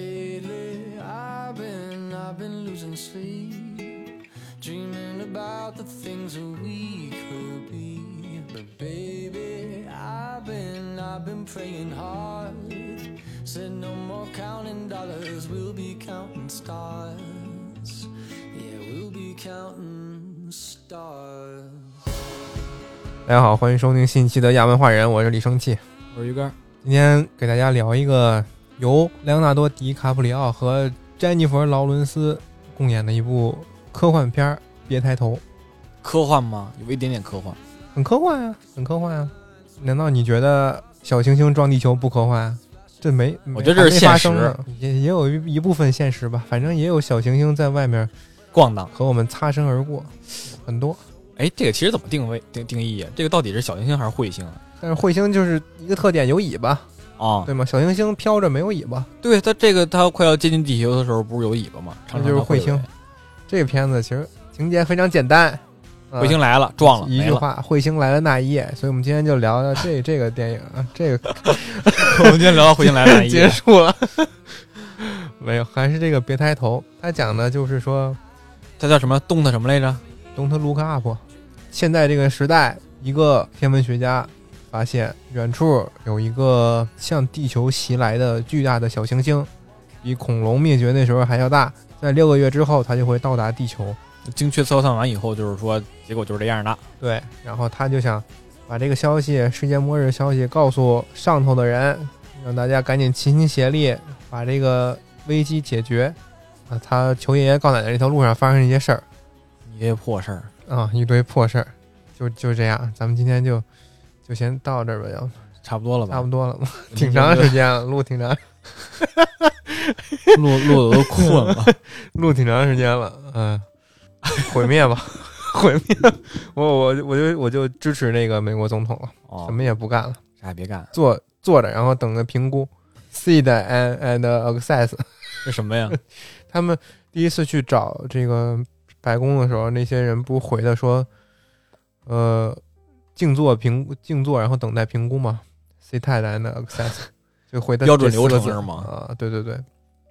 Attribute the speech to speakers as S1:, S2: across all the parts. S1: Lately, I've been, I've been losing sleep, dreaming about the things that we could be. But baby, I've been, I've been praying hard. Said no more counting dollars, we'll be counting stars. Yeah, we'll be counting stars.
S2: 大家好，欢迎收听新一期的亚文化人，我是李生气。
S3: 我是鱼竿，
S2: 今天给大家聊一个由莱昂纳多·迪卡普里奥和詹妮弗·劳伦斯共演的一部科幻片儿《别抬头》，
S3: 科幻吗？有一点点科幻，
S2: 很科幻啊，很科幻啊。难道你觉得小行星撞地球不科幻、啊？这没，没
S3: 我觉得这是现实
S2: 还没发生呢也也有一一部分现实吧。反正也有小行星在外面
S3: 逛荡。
S2: 和我们擦身而过，很多。
S3: 哎，这个其实怎么定位定定义啊？这个到底是小行星还是彗星啊？
S2: 但是彗星就是一个特点，有尾巴，
S3: 啊，
S2: 对吗？小行星飘着没有尾巴，
S3: 对，它这个它快要接近地球的时候，不是有尾巴吗？
S2: 那
S3: 长
S2: 就是
S3: 长的
S2: 彗星这个片子其实情节非常简单，
S3: 尾
S2: 啊
S3: 巴，彗星来了，撞了，
S2: 一
S3: 没
S2: 句
S3: 了。
S2: 话，彗星来了那一夜。所以我们今天就聊聊这这个电影，啊，这个
S3: 我们今天聊到彗星来了那一
S2: 结
S3: 页，
S2: 束了。 没有，还是这个别抬头。他讲的就是说
S3: 它叫什么？动它什么来着？
S2: ，Don't look up。现在这个时代，一个天文学家发现远处有一个向地球袭来的巨大的小行星，比恐龙灭绝那时候还要大。在六个月之后，它就会到达地球。
S3: 精确测算完以后，就是说结果就是这样的。
S2: 对，然后他就想把这个消息，世界末日消息告诉上头的人，让大家赶紧齐心协力把这个危机解决。啊，他求爷爷告奶奶这条路上发生一些事儿
S3: 一些破事儿，
S2: 啊，一堆破事儿，就就这样。咱们今天就就先到这儿吧，要不
S3: 差不多了
S2: 差
S3: 吧
S2: 不？多了， 挺 长时间了，录挺长，
S3: 录录的都困 了。
S2: 录挺长时间了，嗯，毁灭吧，毁灭！我我我就我就支持那个美国总统了，
S3: 哦
S2: 什，么也不干了。
S3: 啥也别干，
S2: 坐坐着，然后等着评估。Seed and and 呃 access，
S3: 这什么呀？
S2: 他们第一次去找这个白宫的时候，那些人不回的说，呃，静坐评估静坐，然后等待评估嘛。Seed and access 就回的
S3: 标准流程
S2: 这四个字
S3: 是吗
S2: 啊，对对对，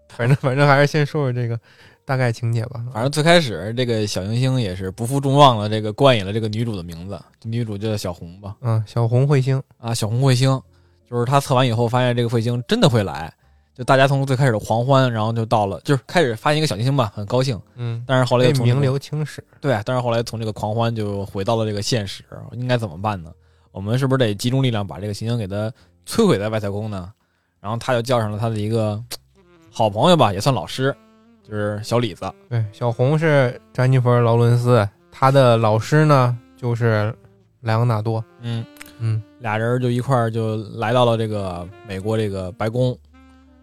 S2: 反正反正还是先说说这个大概情节吧。
S3: 反正最开始这个小行星也是不负众望的，这个冠以了这个女主的名字，女主就叫小红吧。
S2: 嗯，小红彗星，
S3: 啊，小红彗星，就是他测完以后发现这个彗星真的会来，就大家从最开始的狂欢，然后就到了，就是开始发现一个小行星吧，很高兴，
S2: 嗯，
S3: 但是后来
S2: 被
S3: 又从这
S2: 名
S3: 个
S2: 流青史。
S3: 对，但是后来从这个狂欢就回到了这个现实，应该怎么办呢？我们是不是得集中力量把这个行星给它摧毁在外太空呢？然后他就叫上了他的一个好朋友吧，也算老师，就是小李子，
S2: 对，小红是詹妮弗·劳伦斯，她的老师呢就是莱昂纳多。
S3: 嗯，
S2: 嗯，
S3: 俩人就一块儿就来到了这个美国这个白宫，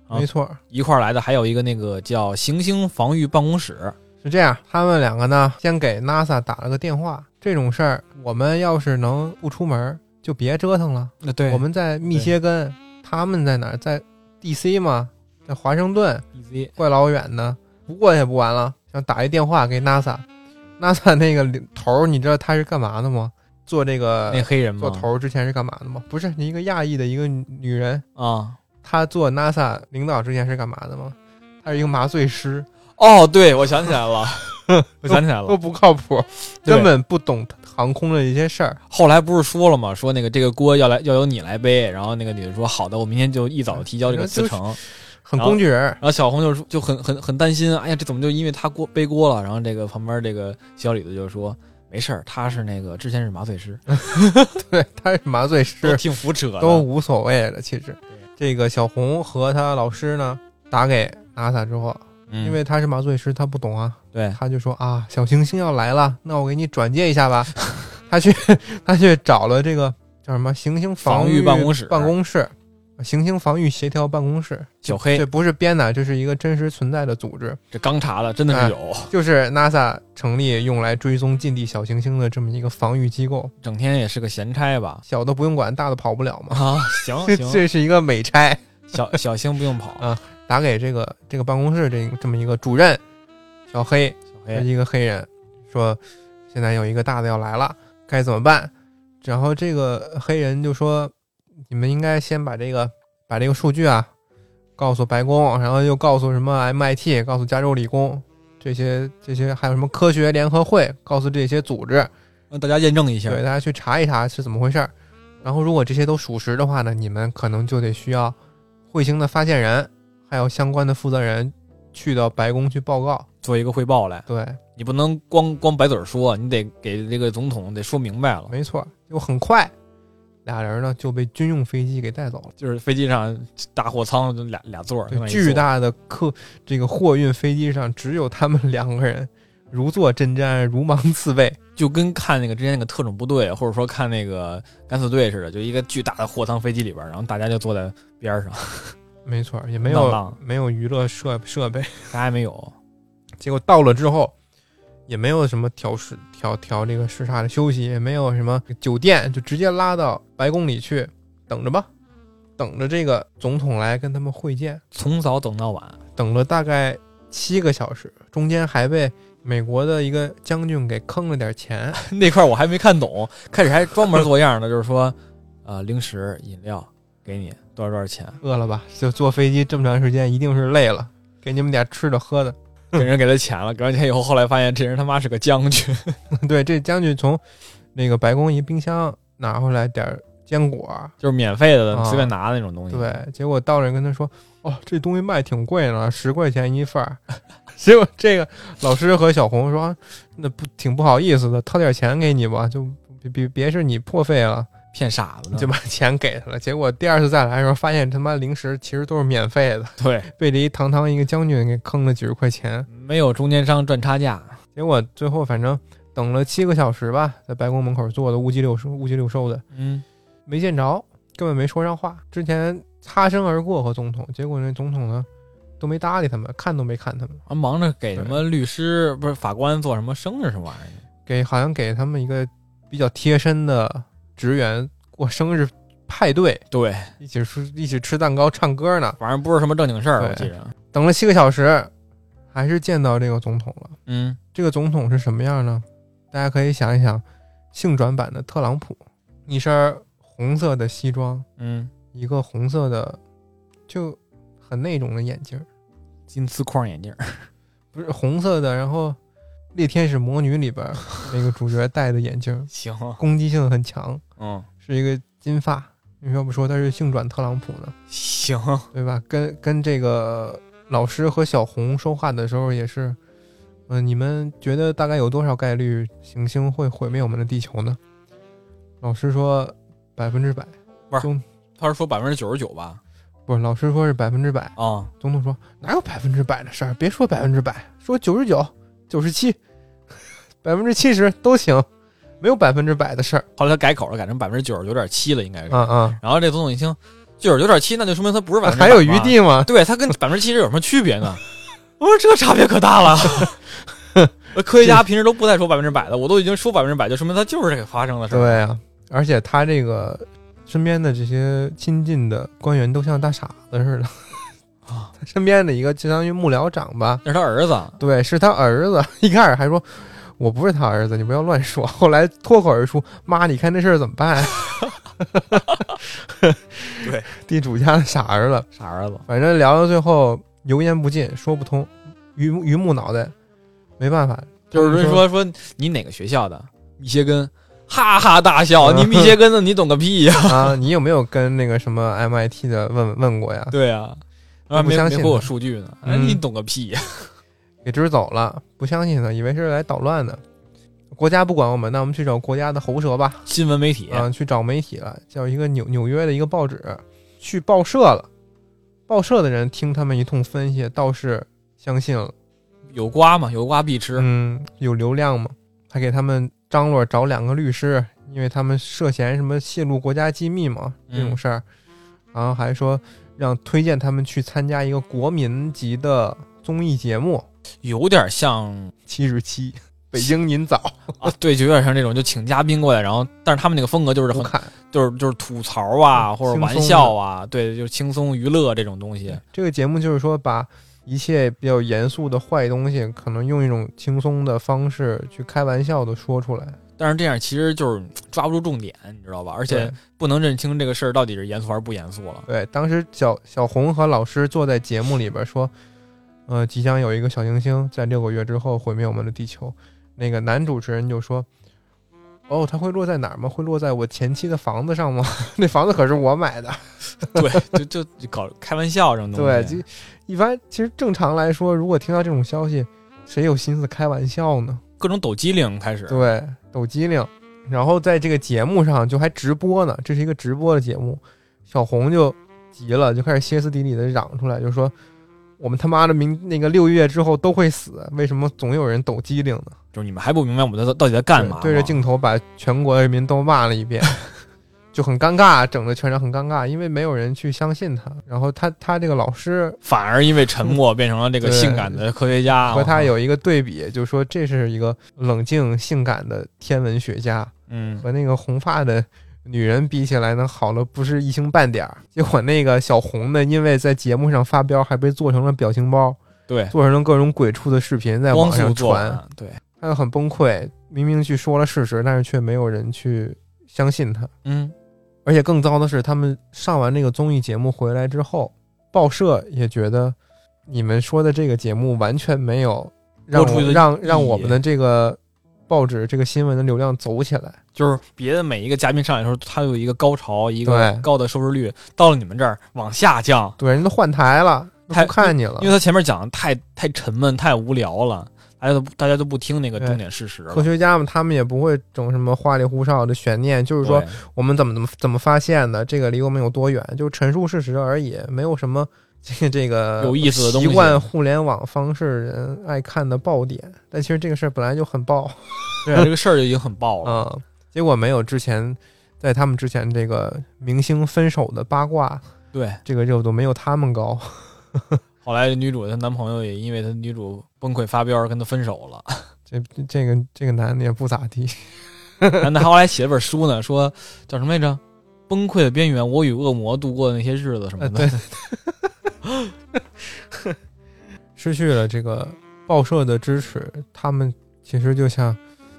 S3: 啊
S2: 没错，
S3: 一块儿来的还有一个那个叫行星防御办公室，
S2: 是这样。他们两个呢，先给 NASA 打了个电话。这种事儿，我们要是能不出门儿，就别折腾了。
S3: 那对
S2: 我们在密歇根，他们在哪儿？在 DC 嘛，在华盛顿，
S3: EZ
S2: 怪老远的，不过也不完了，想打一电话给 NASA。NASA 那个领头儿，你知道他是干嘛的吗？做这个
S3: 那黑人吗？
S2: 呃做头儿之前是干嘛的吗？不是，你一个亚裔的一个女女人，
S3: 啊、
S2: 她做 NASA 领导之前是干嘛的吗？她是一个麻醉师，
S3: 哦，对，我想起来了， 我想起来
S2: 都
S3: 了。
S2: 不靠谱，
S3: 哦对
S2: 根本不懂航空的一些事儿。
S3: 后来不是说了吗？说那个这个锅要来要由你来背，然后那个女的说好的，我明天就一早提交这个辞呈。
S2: 嗯很工具人儿，
S3: 然后小红就说就很很很担心，哎呀，这怎么就因为她锅背锅了？然后这个旁边这个小李子就说没事儿，他是那个之前是麻醉师，
S2: 对，她是麻醉
S3: 都
S2: 师，
S3: 挺胡扯的。
S2: 都无所谓了。其实，这个小红和她老师呢，打给 NASA 之后，
S3: 嗯
S2: 因为她是麻醉师，她不懂啊，
S3: 对
S2: 她就说啊，小行星要来了，那我给你转介一下吧。 她去，她去找了这个叫什么行星
S3: 防
S2: 御
S3: 御办公室
S2: 办公室，行星防御协调办公室，
S3: 小黑
S2: 这不是编的，这是一个真实存在的组织，
S3: 这刚查的真的
S2: 哎
S3: 是有，
S2: 就是 NASA 成立用来追踪近地小行星的这么一个防御机构，
S3: 整天也是个闲 差吧？
S2: 小的不用管，大的跑不了嘛。
S3: 啊，行
S2: 这
S3: 行，
S2: 这是一个美差，
S3: 小小星不用跑，
S2: 打给这个这个办公室这这么一个主任小黑，
S3: 小
S2: 是
S3: 黑
S2: 哎一个黑人，说现在有一个大的要来了，该怎么办？然后这个黑人就说，你们应该先把这个把这个数据啊，告诉白宫，然后又告诉什么 MIT，告诉加州理工这些这些，还有什么科学联合会，告诉这些组织，
S3: 让大家验证一下。
S2: 对，大家去查一查是怎么回事儿。然后，如果这些都属实的话呢，你们可能就得需要彗星的发现人，还有相关的负责人去到白宫去报告。
S3: 做一个汇报来，
S2: 对，
S3: 你不能光光白嘴说，你得给这个总统得说明白了。
S2: 没错。就很快，俩人呢就被军用飞机给带走了。
S3: 就是飞机上大货舱就俩俩座儿，就那
S2: 对，
S3: 一
S2: 巨
S3: 座
S2: 大的客这个货运飞机上只有他们两个人，如坐针毡，如芒刺背。
S3: 就跟看那个之前那个特种部队，或者说看那个敢死队似的，就一个巨大的货舱飞机里边儿，然后大家就坐在 边儿上，
S2: 没错，也没
S3: 闹
S2: 有
S3: 浪
S2: 没有娱乐设设备。
S3: 啥也没有。
S2: 结果到了之后，也没有什么调时调调这个时差的休息，也没有什么酒店，就直接拉到白宫里去等着吧，等着这个总统来跟他们会见。
S3: 从早等到晚，
S2: 等了大概七个小时，中间还被美国的一个将军给坑了点钱。
S3: 那块儿我还没看懂，开始还装模作样的，就是说，呃，零食、饮料给你多少多少 钱，
S2: 饿了吧？就坐飞机这么长时间，一定是累了，给你们点吃的喝的。
S3: 给人给他钱了，给完钱以后，后来发现这人他妈是个将军，
S2: 对，这将军从那个白宫一冰箱拿回来点坚果，
S3: 就是免费的
S2: 啊
S3: 随便拿的那种东西。
S2: 对，结果到那儿跟他说：“哦，这东西卖挺贵呢，十块钱一份儿。” 结果这个老师和小红说：“啊那不挺不好意思的，掏点钱给你吧，就别别别是你破费了，
S3: 骗傻子呢，
S2: 就把钱给他了。”结果第二次再来的时候，发现他妈零食其实都是免费的，
S3: 对，
S2: 被这一堂堂一个将军给坑了几十块钱。
S3: 没有中间商赚差价，
S2: 结果最后反正等了七个小时吧，在白宫门口坐的乌鸡六收乌鸡六收的，
S3: 嗯，
S2: 没见着，根本没说上话。之前擦身而过和总统，结果那总统呢都没搭理他们，看都没看他们，
S3: 还啊忙着给什么律师不是法官做什么生日什么玩意儿，
S2: 给好像给他们一个比较贴身的职员过生日派对，
S3: 对，
S2: 一起吃一起吃蛋糕、唱歌呢。
S3: 反正不是什么正经事儿，
S2: 对
S3: 我记着，
S2: 等了七个小时，还是见到这个总统了。
S3: 嗯。
S2: 这个总统是什么样呢？大家可以想一想，性转版的特朗普，一身红色的西装，
S3: 嗯，
S2: 一个红色的，就很那种的眼镜儿，
S3: 金丝框眼镜儿，
S2: 不是红色的，然后《猎天使魔女》里边儿那个主角戴的眼镜儿，
S3: 行，
S2: 攻击性很强，
S3: 嗯，
S2: 是一个金发。你说不说他是性转特朗普呢？
S3: 行，
S2: 对吧？跟跟这个老师和小红说话的时候也是，嗯、你们觉得大概有多少概率行星会毁灭我们的地球呢？老师说百分之百，
S3: 他是说百分之九十九吧？
S2: 不是，老师说是百分之百。
S3: 啊，
S2: 总统说哪有百分之百的事儿？别说百分之百，说九十九、九十七、百分之七十都行，没有百分之百的事儿。
S3: 后来他改口了，改成百分之九十九点七了，应该是。
S2: 啊啊，
S3: 然后这总统一听九十九点七，那就说明他不是百分之
S2: 还有余。地吗？
S3: 对他跟百分之七十有什么区别呢？ 我说这差别可大 了。科学家平时都不太说百分之百的，我都已经说百分之百，就说明他就是这个发生的事儿。
S2: 对啊，而且他这个身边的这些亲近的官员都像大傻子似的。
S3: 啊，
S2: 他身边的一个相当于幕僚长吧，
S3: 那是他儿子，
S2: 对，是他儿子。一开始还说我不是他儿子，你不要乱说。 后来脱口而出：“妈，你看这事儿怎么办？”
S3: 对，
S2: 地主家的傻儿子。
S3: 傻儿子。
S2: 反正聊到最后，油盐不进，说不通，榆木榆木脑袋，没办 法，
S3: 就是说说你哪个学校的？密歇根，哈哈大笑。
S2: 嗯
S3: 你密歇根的，你懂个屁呀！
S2: 啊，你有没有跟那个什么 MIT 的问问过呀？
S3: 对啊，
S2: 我不
S3: 没
S2: 相
S3: 没
S2: 信
S3: 给
S2: 他
S3: 我数据呢，哎，
S2: 嗯
S3: 你懂个屁呀！
S2: 给支走了，不相信呢，以为是来捣乱的。国家不管我们，那我们去找国家的喉舌吧。
S3: 新闻媒体
S2: 啊，去找媒体了，叫一个纽纽约的一个报纸去报社了。报社的人听他们一通分析，倒是相信了。
S3: 有瓜嘛，有瓜必吃。
S2: 嗯，有流量嘛？还给他们张罗找两个律师，因为他们涉嫌什么泄露国家机密嘛这种
S3: 嗯
S2: 事儿。然后还说让推荐他们去参加一个国民级的综艺节目
S3: 有 点像
S2: 《七十七》，北京您早
S3: 啊，对，就有点像这种，就请嘉宾过来，然后但是他们那个风格就是
S2: 不
S3: 很
S2: 看。
S3: 就是就是吐槽啊，
S2: 嗯
S3: 或者
S2: 轻松
S3: 玩笑啊，对，就是轻松娱乐这种东西。
S2: 这个节目就是说把一切比较严肃的坏东西，可能用一种轻松的方式去开玩笑的说出来。
S3: 但是这样其实就是抓不住重点，你知道吧？而且不能认清这个事儿到底是严肃还是不严肃了。
S2: 对，当时小小红和老师坐在节目里边说，呃，即将有一个小行星在六个月之后毁灭我们的地球。那个男主持人就说：“哦，它会落在哪儿吗？会落在我前妻的房子上吗？ 那房子可是我买的。
S3: 对，就就搞开玩笑这种”
S2: 对，
S3: 东
S2: 就
S3: 西。
S2: 一般其实正常来说，如果听到这种消息，谁有心思开玩笑呢？
S3: 各种抖机灵开始。
S2: 对，抖机灵。然后在这个节目上就还直播呢，这是一个直播的节目。小红就急了，就开始歇斯底里的嚷出来，就说：“我们他妈的明那个六月之后都会死，为什么总有人抖机灵呢
S3: 就是你们还不明白我们在到底在？”干嘛吗？
S2: 对对着镜头把全国人民都骂了一遍， 就很尴尬，整的全场很尴尬，因为没有人去相信他。然后他他这个老师
S3: 反而因为沉默变成了这个
S2: 对
S3: 性感的科学 家，
S2: 和他有一个对比，就说这是一个冷静性感的天文学家，
S3: 嗯，
S2: 和那个红发的女人比起来呢，好了不是一星半点儿。结果那个小红呢，因为在节目上发飙，还被做成了表情包，
S3: 对，
S2: 做成了各种鬼畜的视频在网
S3: 光速
S2: 上
S3: 做啊
S2: 传，
S3: 完，对，
S2: 他就很崩溃。明明去说了事实，但是却没有人去相信他。
S3: 嗯，
S2: 而且更糟的是，他们上完那个综艺节目回来之后，报社也觉得你们说的这个节目完全没有让
S3: 播出
S2: 我
S3: 的
S2: 让让
S3: 意义
S2: 我们的这个报纸这个新闻的流量走起来。
S3: 就是别的每一个嘉宾上来的时候，他有一个高潮，一个
S2: 对
S3: 高的收视率，到了你们这儿往下降，
S2: 对，人都换台了，都
S3: 太
S2: 不看你了
S3: 因为。他前面讲的太太沉闷、太无聊了，大家都大家都不听那个
S2: 对
S3: 重点事实了。
S2: 科学家们他们也不会整什么花里胡哨的悬念，就是说
S3: 对
S2: 我们怎么怎么怎么发现的，这个离我们有多远，就陈述事实而已，没有什么这个这个
S3: 有意思的东西
S2: 习惯互联网方式人爱看的爆点。但其实这个事儿本来就很爆
S3: 对啊这个事儿就已经很爆了。
S2: 啊、结果没有之前在他们之前这个明星分手的八卦，
S3: 对，
S2: 这个热度没有他们高。
S3: 后来女主她男朋友也因为她女主崩溃发飙，跟她分手了。
S2: 这这个这个男的也不咋地，
S3: 然后他后来写了本书呢，说叫什么来着？崩溃的边缘，我与恶魔度过的那些日子什么
S2: 呃，
S3: 的。
S2: 对，失去了这个报社的支持，他们其实就像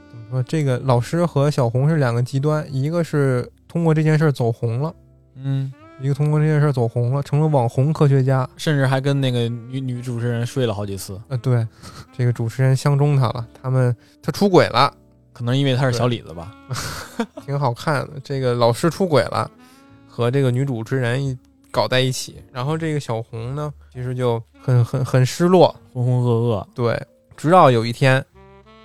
S2: 怎么说，这个老师和小红是两个极端，一个是通过这件事儿走红了，
S3: 嗯，
S2: 一个通过这件事儿走红了，成了网红科学家。
S3: 甚至还跟那个女女主持人睡了好几次，
S2: 呃，对，这个主持人相中他了，他们他出轨了，
S3: 可能因为她是小李子吧。
S2: 挺好看的。这个老师出轨了，和这个女主持人一搞在一起，然后这个小红呢，其实就很很很失落，
S3: 浑浑噩噩。
S2: 对，直到有一天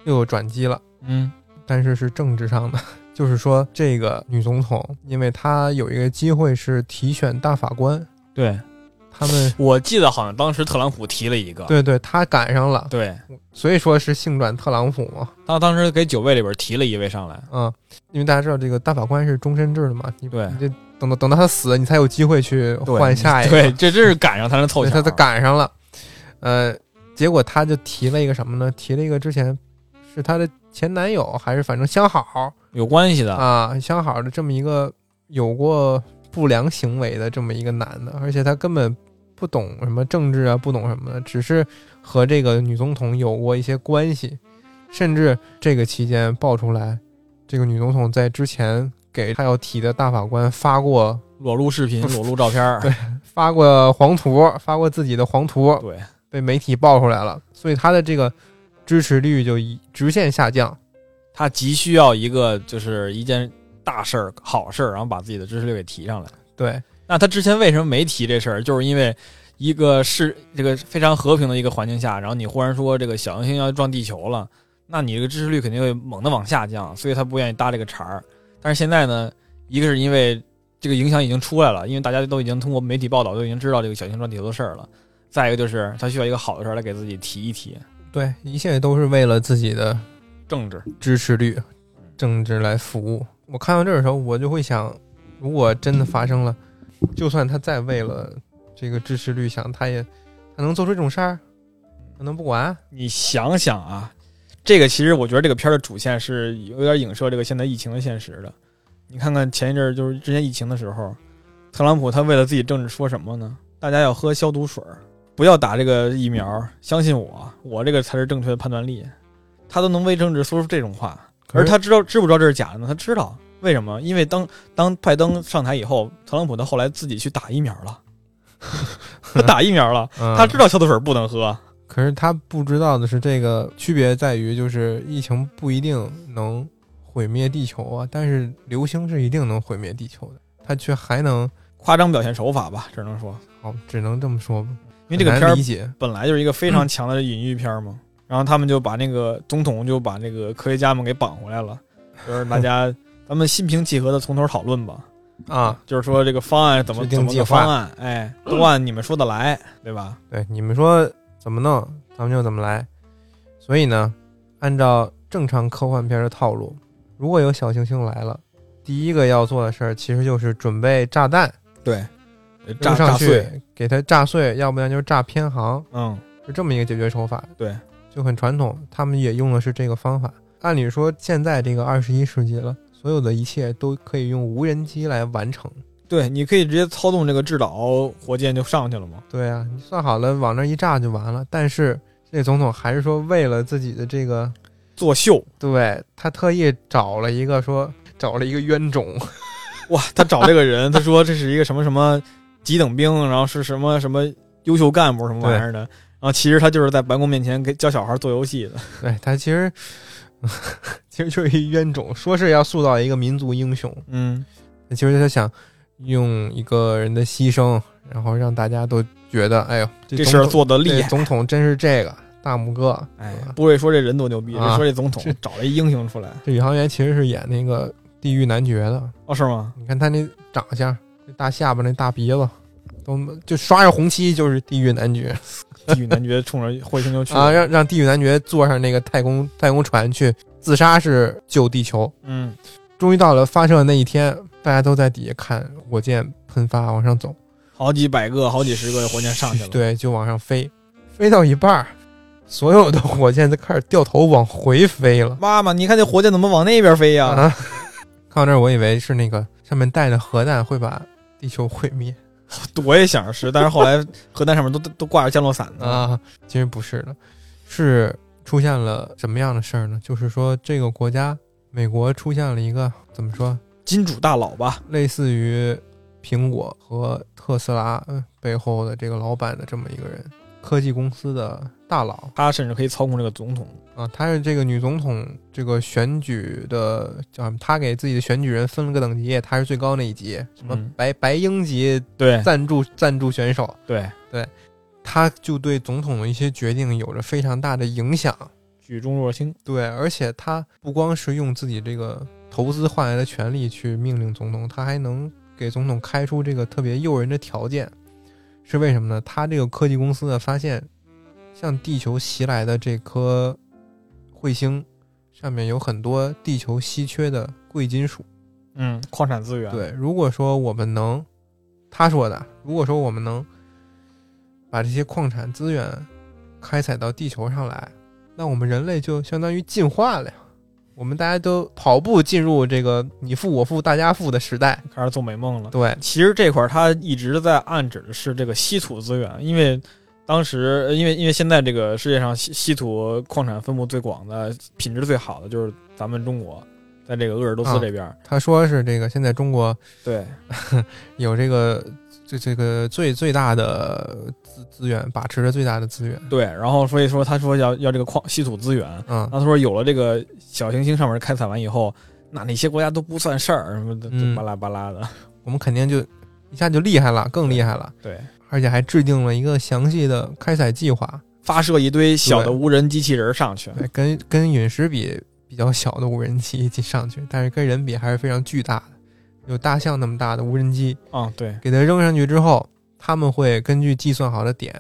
S2: 又有转机了，
S3: 嗯，
S2: 但是是政治上的， 就是说这个女总统，因为她有一个机会是提选大法官，
S3: 对，
S2: 他们
S3: 我记得好像当时特朗普提了一个。
S2: 对对，她赶上了，
S3: 对，
S2: 所以说是性转特朗普嘛，
S3: 他当时给九位里边提了一位上来。
S2: 嗯，因为大家知道这个大法官是终身制的嘛，你
S3: 对
S2: 你这等到等到他死，你才有机会去
S3: 对
S2: 换下一个，
S3: 对，这真是赶上才能凑
S2: 对，
S3: 巧。
S2: 他他赶上了，呃，结果他就提了一个什么呢？提了一个之前是她的前男友还是反正相好。
S3: 有关系的。
S2: 啊，相好的这么一个有过不良行为的这么一个男的，而且他根本不懂什么政治啊，不懂什么的，只是和这个女总统有过一些关系，甚至这个期间爆出来，这个女总统在之前给他要提的大法官发过
S3: 裸露视频、裸露照片儿。对
S2: 发过黄图，发过自己的黄图，
S3: 对，
S2: 被媒体爆出来了，所以他的这个支持率就一直线下降。
S3: 他急需要一个就是一件大事儿、好事儿，然后把自己的支持率给提上来。
S2: 对，
S3: 那他之前为什么没提这事儿？就是因为一个是这个非常和平的一个环境下，然后你忽然说这个小行星要撞地球了，那你这个支持率肯定会猛的往下降，所以他不愿意搭这个茬儿。但是现在呢，一个是因为这个影响已经出来了，因为大家都已经通过媒体报道都已经知道这个小行星撞地球的事儿了。再一个就是他需要一个好的事儿来给自己提一提
S2: 对，一切都是为了自己的
S3: 政治。
S2: 支持率、
S3: 嗯
S2: 政治来服务。我看到这儿的时候，我就会想，如果真的发生了，就算他再为了这个支持率想，他也他能做出这种事儿，他能不管？
S3: 你想想啊，这个其实我觉得这个片儿的主线是有点影射这个现在疫情的现实的。你看看前一阵儿就是之前疫情的时候，特朗普他为了自己政治说什么呢？大家要喝消毒水儿，不不要打这个疫苗，相信我，我这个才是正确的判断力。他都能为政治说出这种话，
S2: 可
S3: 而
S2: 是
S3: 他知道知不知道这是假的呢？他知道，为什么？因为当当拜登上台以后，特朗普他后来自己去打疫苗 了，他打疫苗了，
S2: 嗯
S3: 他知道消毒水不能喝，
S2: 可是他不知道的是，这个区别在于，就是疫情不一定能毁灭地球啊，但是流星是一定能毁灭地球的。他却还能，
S3: 夸张表现手法吧，只能说，
S2: 哦，只能这么说吧，
S3: 因为这个
S2: 很
S3: 片
S2: 难
S3: 儿
S2: 理解，嗯
S3: 本来就是一个非常强的隐喻片儿嘛，然后他们就把那个总统就把那个科学家们给绑回来了，就是 大家咱们心平气和的从头讨论吧，
S2: 啊，
S3: 就是说这个方案怎么
S2: 制定
S3: 怎么
S2: 计
S3: 个
S2: 划
S3: 方案，哎，都按你们说的来，对吧？
S2: 对，你们说怎么弄，咱们就怎么来。所以呢，按照正常科幻片的套路，如果有小行星来了，第一个要做的事儿其实就是准备炸弹，
S3: 对，炸
S2: 炸
S3: 炸
S2: 上
S3: 碎，
S2: 去给它炸碎，要不然就是炸偏航，
S3: 嗯，
S2: 是这么一个解决手法。
S3: 对，
S2: 就很传统，他们也用的是这个方法。按理说，现在这个二十一世纪了，所有的一切都可以用无人机来完成。
S3: 对，你可以直接操纵这个制导火箭就上去了嘛，
S2: 对啊，你算好了往那一炸就完了。但是这总统还是说，为了自己的这个
S3: 作秀，
S2: 对他特意找了一个说找了一个冤种，
S3: 哇，他找这个人，他说这是一个什么什么几等兵，然后是什么什么优秀干部什么玩意儿的，然后其实他就是在白宫面前给教小孩做游戏的，
S2: 对他其实 其实就是一冤种，说是要塑造一个民族英雄，
S3: 嗯，
S2: 其实他想用一个人的牺牲，然后让大家都觉得哎呦
S3: 这
S2: 总
S3: 事儿
S2: 统啊
S3: 做的厉
S2: 这
S3: 害，
S2: 总统真是这个大拇哥，
S3: 哎
S2: 是吧，
S3: 不会说这人多牛逼，
S2: 啊
S3: 是说这 总统
S2: 这
S3: 找了一英雄出来，
S2: 这宇航员其实是演那个地狱男爵的，
S3: 哦，是 吗？
S2: 你看他那长相，那大下巴，那大鼻子。都就刷上红旗就是地狱男爵
S3: 地狱男爵冲着彗星就去了
S2: 啊！让让地狱男爵坐上那个太空太空船去自杀是救地球，
S3: 嗯，
S2: 终于到了发射的那一天，大家都在底下看火箭喷发往上走，
S3: 好几百个、好几十个火箭上去了，
S2: 对，就往上飞，飞到一半儿，所有的火箭都开始掉头往回飞了。
S3: 妈妈，你看这火箭怎么往那边飞呀、
S2: 啊！看到这儿，我以为是那个上面带的核弹会把地球毁灭
S3: 我也想是，但是后来核弹上面都都挂着降落伞呢。
S2: 啊，其实不是的，是出现了什么样的事儿呢？就是说这个国家，美国出现了一个怎么说，
S3: 金主大佬吧，
S2: 类似于苹果和特斯拉嗯背后的这个老板的这么一个人，科技公司的大佬
S3: 他甚至可以操控这个总统。
S2: 啊，他是这个女总统这个选举的叫什么？他给自己的选举人分了个等级，他是最高那一级，什么
S3: 嗯
S2: 白、白鹰级
S3: 对
S2: 赞助赞助选手，
S3: 对，
S2: 他就对总统的一些决定有着非常大的影响。
S3: 举重若轻。
S2: 对，而且他不光是用自己这个投资换来的权利去命令总统，他还能给总统开出这个特别诱人的条件，是为什么呢？他这个科技公司呢，发现向地球袭来的这颗彗星上面有很多地球稀缺的贵金属。
S3: 嗯，矿产资源。，
S2: 对，如果说我们能，他说的，如果说我们能把这些矿产资源开采到地球上来，那我们人类就相当于进化了呀。我们大家都跑步进入这个你富我富大家富的时代。
S3: 开始做美梦了。
S2: 对，
S3: 其实这块儿他一直在暗指的是这个稀土资源，因为当时，呃因为因为现在这个世界上稀稀土矿产分布最广的、品质最好的就是咱们中国，在这个鄂尔多斯
S2: 啊
S3: 这边儿。
S2: 他说是这个现在中国
S3: 对，
S2: 有这个这这个最最大的资资源，把持着最大的资源。
S3: 对，然后所以说他说要要这个矿稀土资源，
S2: 嗯
S3: 然，后他说有了这个小行星上面开采完以后，那哪些国家都不算事儿，什么的
S2: 嗯
S3: 巴拉巴拉的，
S2: 我们肯定就一下就厉害了，更厉害了，
S3: 对，
S2: 而且还制定了一个详细的开采计划。
S3: 发射一堆小的
S2: 对
S3: 无人机器人儿上去，
S2: 对，跟跟陨石比比较小的无人机一起上去，但是跟人比还是非常巨大的，有大象那么大的无人机，
S3: 啊、对，
S2: 给它扔上去之后，他们会根据计算好的点，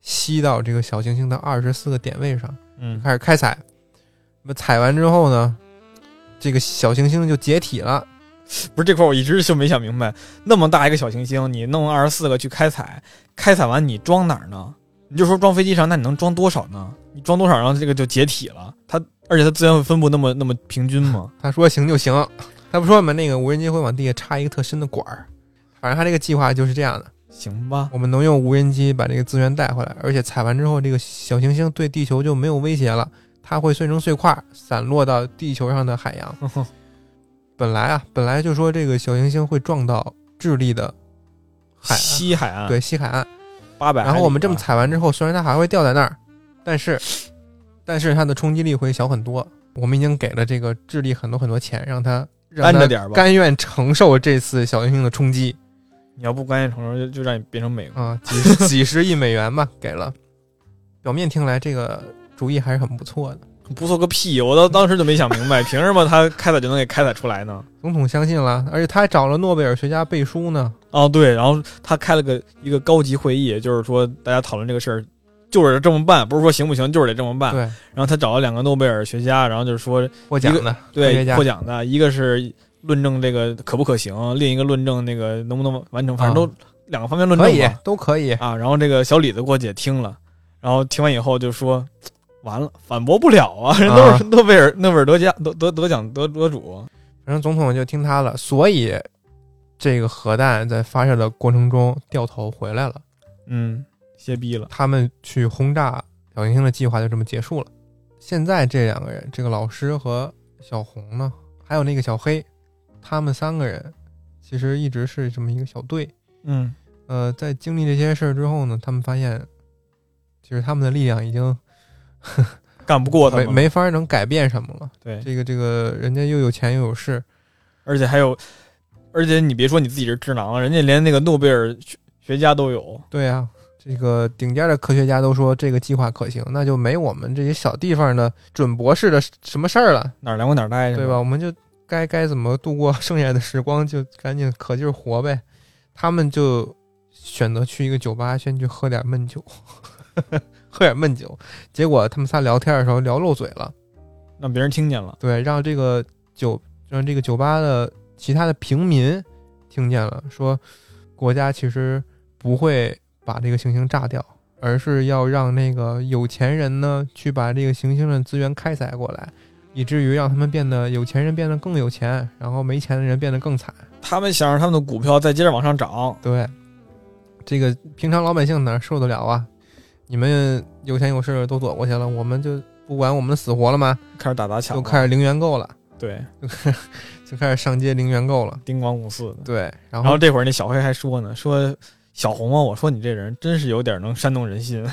S2: 吸到这个小行星的二十四个点位上，
S3: 嗯，
S2: 开始开采。那么采完之后呢，这个小行星就解体了。
S3: 不是这块儿我一直就没想明白，那么大一个小行星，你弄二十四个去开采，开采完你装哪儿呢？你就说装飞机上，那你能装多少呢？你装多少，然后这个就解体了。它而且它资源会分布那么那么平均吗？
S2: 他说行就行，他不说嘛，那个无人机会往地下插一个特深的管儿。反正他这个计划就是这样的。
S3: 行吧，
S2: 我们能用无人机把这个资源带回来，而且采完之后，这个小行星对地球就没有威胁了，它会碎成碎块，散落到地球上的海洋。本来啊，本来就说这个小行星会撞到智利的海岸，
S3: 西海岸啊
S2: 对西海岸。
S3: 八百，
S2: 然后我们这么采完之后，虽然它还会掉在那儿，但是，但是它的冲击力会小很多。我们已经给了这个智利很多很多钱，让它让
S3: 按着
S2: 它
S3: 点儿吧，
S2: 甘愿承受这次小行星的冲击。
S3: 你要不干净承受，就就让你变成美国。
S2: 啊，几十几十亿美元吧，给了。表面听来这个主意还是很不错的。
S3: 不错个屁！我到当时就没想明白，凭什么他开采就能给开采出来呢？
S2: 总统相信了，而且他还找了诺贝尔学家背书呢。
S3: 哦，对，然后他开了个一个高级会议，就是说大家讨论这个事儿，就是这么办，不是说行不行，就是得这么办。
S2: 对，
S3: 然后他找了两个诺贝尔学家，然后就是说
S2: 获奖的科学
S3: 对
S2: 家
S3: 获奖的，一个是论证这个可不可行，另一个论证那个能不能完成，
S2: 啊
S3: 反正都两个方面论
S2: 可
S3: 证
S2: 以
S3: 吧。
S2: 都可以。
S3: 啊，然后这个小李子给我姐听了，然后听完以后就说。完了，反驳不了啊！人都是 诺贝尔、诺贝尔得奖、得得得奖得得主，
S2: 反正总统就听他了，所以这个核弹在发射的过程中掉头回来了。
S3: 嗯，歇逼了。
S2: 他们去轰炸小行星的计划就这么结束了。现在这两个人，这个老师和小红呢，还有那个小黑，他们三个人其实一直是这么一个小队。
S3: 嗯，
S2: 呃，在经历这些事儿之后呢，他们发现，其实他们的力量已经
S3: 干不过他
S2: 没
S3: 们，
S2: 没法能改变什么了。
S3: 对，
S2: 这个这个，人家又有钱又有势，
S3: 而且还有，而且你别说你自己是智囊了，人家连那个诺贝尔学学家都有。
S2: 对啊，这个顶尖的科学家都说这个计划可行，那就没我们这些小地方的准博士的什么事儿了，
S3: 哪儿凉快哪儿待着，
S2: 对吧？？我们就该该怎么度过 剩下的时光，就赶紧可劲儿活呗。他们就选择去一个酒吧，先去喝点闷酒， 喝点闷酒。结果他们仨聊天的时候聊漏嘴了。
S3: 让别人听见了，
S2: 对，让这个酒让这个酒吧的其他的平民听见了，说国家其实不会把这个行星炸掉，而是要让那个有钱人呢去把这个行星的资源开采过来，以至于让他们变得有钱人变得更有钱，然后没钱的人变得更惨。
S3: 他们想让他们的股票再接着往上涨，
S2: 对，这个平常老百姓哪受得了啊？你们有钱有势的都躲过去了，我们就不管我们的死活了吗？
S3: 开始打砸抢
S2: 就
S3: 了，
S2: 开始零元购了，
S3: 对
S2: 就开始上街零元购了。
S3: 叮咣五四的。
S2: 对，然
S3: 然后这会儿那小黑还说呢，说小红啊，我说你这人真是有点能煽动人心，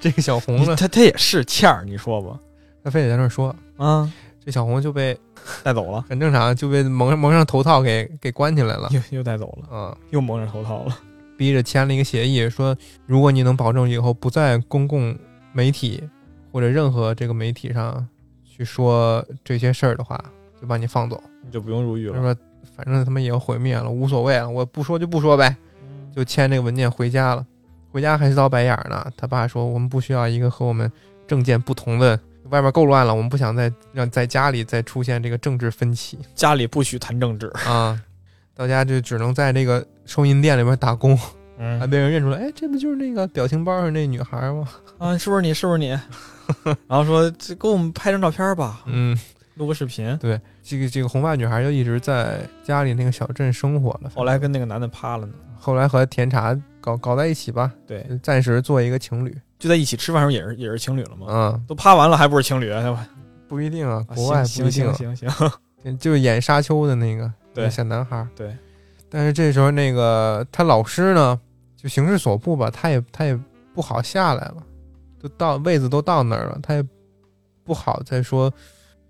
S2: 这个小红呢，
S3: 他他也是欠儿，你说吧，
S2: 他非得在那儿说，
S3: 啊，
S2: 这小红就被
S3: 带走了，
S2: 很正常，就被蒙蒙上头套给给关起来了，
S3: 又又带走了，
S2: 嗯，
S3: 又蒙着头套了，
S2: 逼着签了一个协议，说如果你能保证以后不在公共媒体或者任何这个媒体上去说这些事儿的话，就把你放走。
S3: 你就不用入狱
S2: 他
S3: 了。
S2: 说反正他们也要毁灭了，无所谓了，我不说就不说呗，就签这个文件回家了。回家还是遭白眼儿呢。他爸说：“我们不需要一个和我们政见不同的，外边够乱了，我们不想再让在家里再出现这个政治分 歧
S3: 家里不许谈政治，
S2: 啊。”到家就只能在这个收银店里边打工，
S3: 嗯
S2: 还被人认出来。哎，这不就是那个表情包上那女孩吗？
S3: 啊，是不是你？是不是你？ 然后说，这给我们拍张照片吧，
S2: 嗯，
S3: 录个视频。
S2: 这个这个红发女孩就一直在家里那个小镇生活了。
S3: 后来跟那个男的趴了呢，
S2: 后来和甜茶搞搞在一起吧，
S3: 对，
S2: 暂时做一个情侣。
S3: 就在一起吃饭的时候也是也是情侣了嘛，
S2: 嗯，
S3: 都趴完了还不是情侣？对吧？
S2: 不一定啊
S3: 啊，
S2: 国外不
S3: 行
S2: 一定
S3: 行
S2: 啊，
S3: 行行行，
S2: 就是演沙丘的那个
S3: 对
S2: 那小男孩儿。
S3: 对，
S2: 但是这时候那个他老师呢，就形势所迫吧，他也他也不好下来了，都到位子都到那儿了，他也不好再说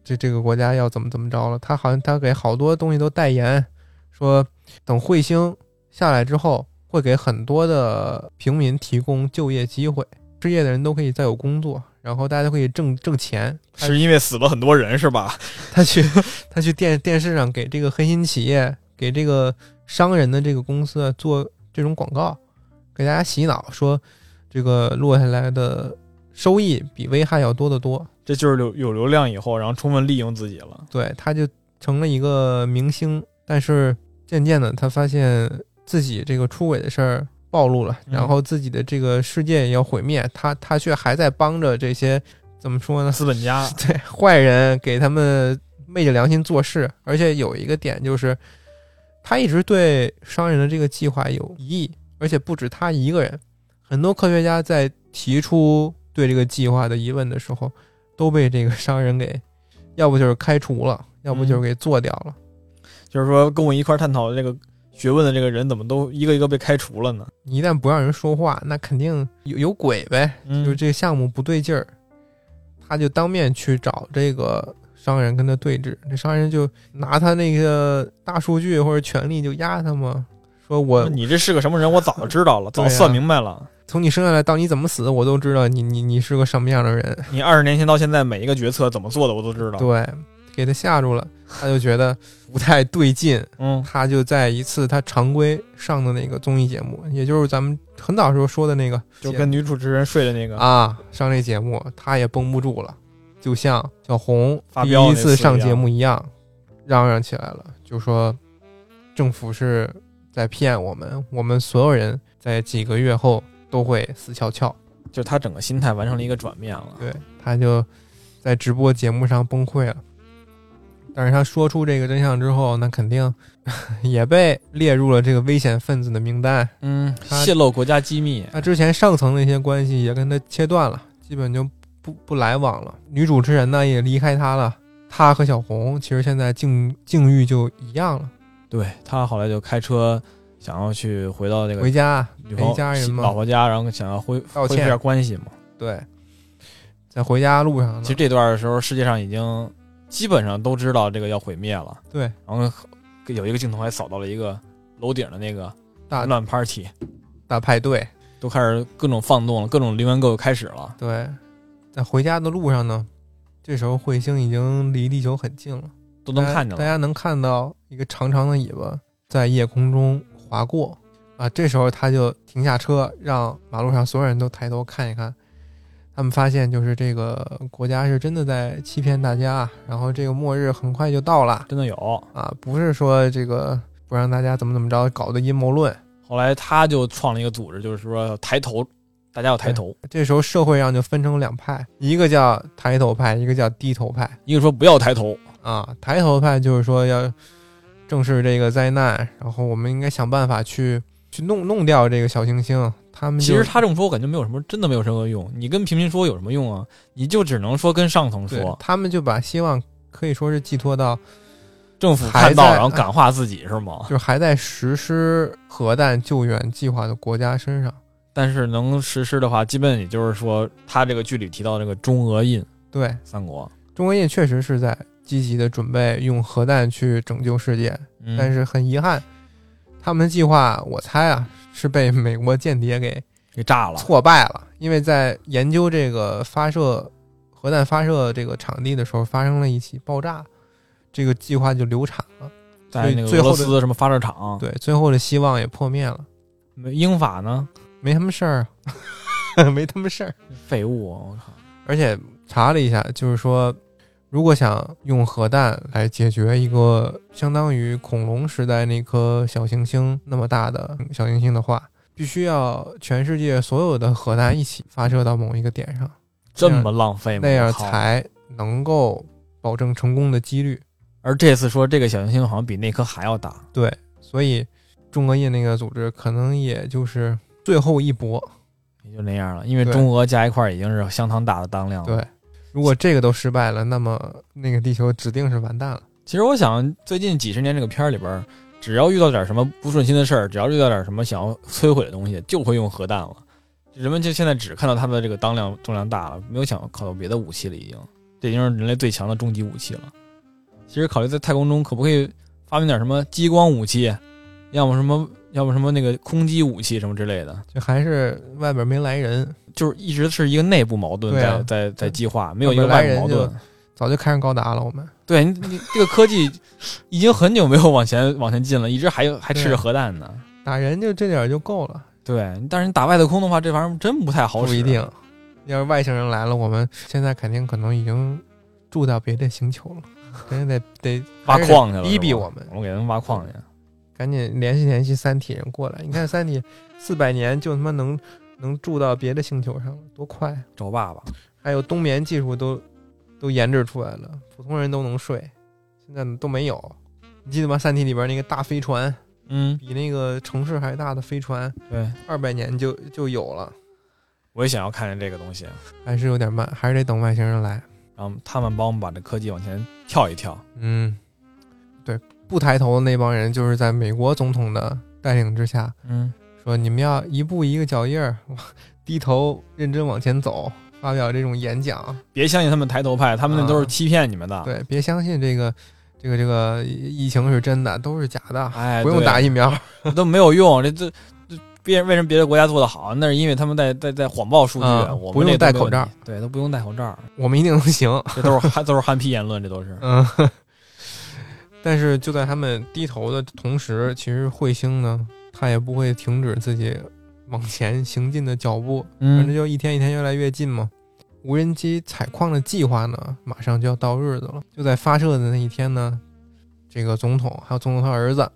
S2: 这这个国家要怎么怎么着了。他好像他给好多东西都代言，说等彗星下来之后，会给很多的平民提供就业机会，失业的人都可以再有工作，然后大家都可以挣挣钱。他
S3: 是因为死了很多人是吧？
S2: 他去 他去电电视上给这个黑心企业、给这个商人的这个公司啊做这种广告，给大家洗脑说这个落下来的收益比危害要多得多。
S3: 这就是有有流量以后，然后充分利用自己了。
S2: 对，他就成了一个明星，但是渐渐的他发现自己这个出轨的事儿暴露了，
S3: 嗯
S2: 然后自己的这个世界也要毁灭，他他却还在帮着这些怎么说呢？
S3: 资本家，
S2: 对坏人给他们昧着良心做事，而且有一个点就是，他一直对商人的这个计划有疑义，而且不止他一个人，很多科学家在提出对这个计划的疑问的时候，都被这个商人给，要不就是开除了，要不就是给做掉了。
S3: 就是说跟我一块儿探讨这个学问的这个人，怎么都一个一个被开除了呢？
S2: 你一旦不让人说话，那肯定有有鬼呗，
S3: 嗯
S2: 就是这个项目不对劲儿，他就当面去找这个商人跟他对峙，这商人就拿他那个大数据或者权力就压他嘛，说我
S3: 你这是个什么人？我早就知道了，
S2: 对啊
S3: 早
S2: 呀
S3: 算明白了。
S2: 从你生下来到你怎么死，我都知道你你你是个什么样的人，
S3: 你二十年前到现在每一个决策怎么做的，我都知道。
S2: 对，给他吓住了，他就觉得不太对劲，
S3: 嗯
S2: 他就在一次他常规上的那个综艺节目，也就是咱们很早时候说的那个，
S3: 就跟女主持人睡的那个，
S2: 啊，上这节目他也绷不住了，就像小红
S3: 发
S2: 第
S3: 飙
S2: 一
S3: 那次
S2: 次上
S3: 一样
S2: 节目一样，嚷嚷起来了，就说政府是在骗我们，我们所有人在几个月后都会死翘翘。
S3: 就她整个心态完成了一个转变了。
S2: 对，他就在直播节目上崩溃了。但是他说出这个真相之后，那肯定 也被列入了这个危险分子的名单。
S3: 嗯，
S2: 她
S3: 泄露国家机密，
S2: 他之前上层那些关系也跟他切断了，基本就不不来往了。女主持人呢也离开他了，他和小红其实现在境境遇就一样了，
S3: 对她后来就开车想要去回到那个
S2: 回家
S3: 女朋
S2: 陪
S3: 友
S2: 家人嘛
S3: 老，婆家，然后想要恢
S2: 道
S3: 恢复
S2: 歉
S3: 一下关系嘛。
S2: 对，在回家路上呢
S3: 其实，这段的时候，世界上已经基本上都知道这个要毁灭了。
S2: 对，
S3: 然后有一个镜头还扫到了一个楼顶的那个
S2: 大
S3: 乱 party，
S2: 大派对，
S3: 都开始各种放纵了，各种零元购开始了。
S2: 对，在回家的路上呢，这时候彗星已经离地球很近了，
S3: 都能看
S2: 大
S3: 见了，
S2: 家能看到一个长长的尾巴在夜空中划过啊。这时候他就停下车，让马路上所有人都抬头看一看。他们发现，就是这个国家是真的在欺骗大家，啊然后这个末日很快就到了
S3: 真的有。
S2: 啊，不是说这个不让大家怎么怎么着搞的阴谋论。
S3: 后来他就创了一个组织，就是说抬头，大家要抬头，
S2: 这时候社会上就分成两派，一个叫抬头派，一个叫低头派。
S3: 一个说不要抬头，
S2: 啊，抬头派就是说要正视这个灾难，然后我们应该想办法去去弄弄掉这个小行星。他们
S3: 其
S2: 就
S3: 实他这么说，我感觉没有什么，真的没有什么用。你跟平民说有什么用啊？你就只能说跟上层
S2: 对
S3: 说，
S2: 他们就把希望可以说是寄托到，
S3: 政府
S2: 还
S3: 看到
S2: 在嗯
S3: 然后感化自己是吗
S2: 就？是还在实施核弹救援计划的国家身上。
S3: 但是能实施的话，基本也就是说，他这个剧里提到这个中俄印
S2: 对，
S3: 三国，
S2: 中国印确实是在积极的准备用核弹去拯救世界，
S3: 嗯、
S2: 但是很遗憾，他们的计划我猜啊是被美国间谍给
S3: 给炸了。
S2: 挫败了，因为在研究这个发射核弹发射这个场地的时候，发生了一起爆炸，这个计划就流产了。
S3: 在那个
S2: 最
S3: 俄
S2: 后
S3: 罗
S2: 的
S3: 斯什么发射场，
S2: 对，最后的希望也破灭了，
S3: 没英法呢？
S2: 没什么事儿啊， 没他么事儿。
S3: 废物，我靠！
S2: 而且查了一下，就是说，如果想用核弹来解决一个相当于恐龙时代那颗小行星那么大的小行星的话，必须要全世界所有的核弹一起发射到某一个点上。
S3: 这么浪费吗？
S2: 那样
S3: 我靠
S2: 才能够保证成功的几率。
S3: 而这次说这个小行星好像比那颗还要大，
S2: 对，所以中俄印那个组织可能也就是最后一搏。
S3: 也就那样了。因为
S2: 对
S3: 中俄加一块儿已经是相当大的当量了。
S2: 对，如果这个都失败了，那么那个地球指定是完蛋了。
S3: 其实我想，最近几十年这个片儿里边儿，只要遇到点什么不顺心的事儿，只要遇到点什么想要摧毁的东西，就会用核弹了。人们就现在只看到它的这个当量重量大了，没有想考虑别的武器了，已经，这已经是人类最强的终极武器了。其实考虑在太空中可不可以发明点什么激光武器，要么什么，要么什么那个空击武器什么之类的，
S2: 就还是外边没来人，
S3: 就是一直是一个内部矛盾
S2: 对
S3: 在、
S2: 啊
S3: 在在激化，没有一个
S2: 本来
S3: 外部
S2: 人
S3: 矛
S2: 就
S3: 盾。
S2: 早就开上高达了。我们
S3: 对你，你这个科技已经很久没有往前往前进了，一直还有还吃着核弹呢。
S2: 打人就这点儿就够了，
S3: 对，但是你打外太空的话，这玩意儿真不太好
S2: 不
S3: 使。啊
S2: 一定。要是外星人来了，我们现在肯定可能已经住到别的星球了，人家得得
S3: 挖矿去了，
S2: 逼逼
S3: 是吧
S2: 我们。
S3: 我给他们挖矿去。
S2: 赶紧联系联系三体人过来。你看三体四百年就他妈能能住到别的星球上了，多快！啊
S3: 找爸爸，
S2: 还有冬眠技术都都研制出来了，普通人都能睡，现在都没有。你记得吗？《三体》里边那个大飞船，
S3: 嗯，
S2: 比那个城市还大的飞船，
S3: 对，
S2: 二百年就就有了，
S3: 我也想要看见这个东西，
S2: 还是有点慢，还是得等外星人来。
S3: 然后他们帮我们把这科技往前跳一跳。
S2: 嗯，对，不抬头的那帮人就是在美国总统的带领之下，
S3: 嗯，
S2: 说你们要一步一个脚印儿，低头认真往前走，发表这种演讲。
S3: 别相信他们抬头派，他们那都是欺骗你们的。，
S2: 啊对，别相信这个这个这个疫情是真的，都是假的，
S3: 哎，
S2: 不用
S3: 对
S2: 打疫苗。
S3: 都没有用。这这这别人为什么别的国家做的好？那是因为他们在在在谎报数据，
S2: 嗯
S3: 我们
S2: 不用
S3: 这都
S2: 戴
S3: 没有
S2: 口罩
S3: 问题，对，都不用戴口罩，
S2: 我们一定能行。
S3: 这都是 憨都是憨批言论，这都是。
S2: 嗯，但是就在他们低头的同时，其实彗星呢，它也不会停止自己往前行进的脚步，反正
S3: 嗯，
S2: 就一天一天越来越近嘛。无人机采矿的计划呢，马上就要到日子了。就在发射的那一天呢，这个总统还有总统他儿子，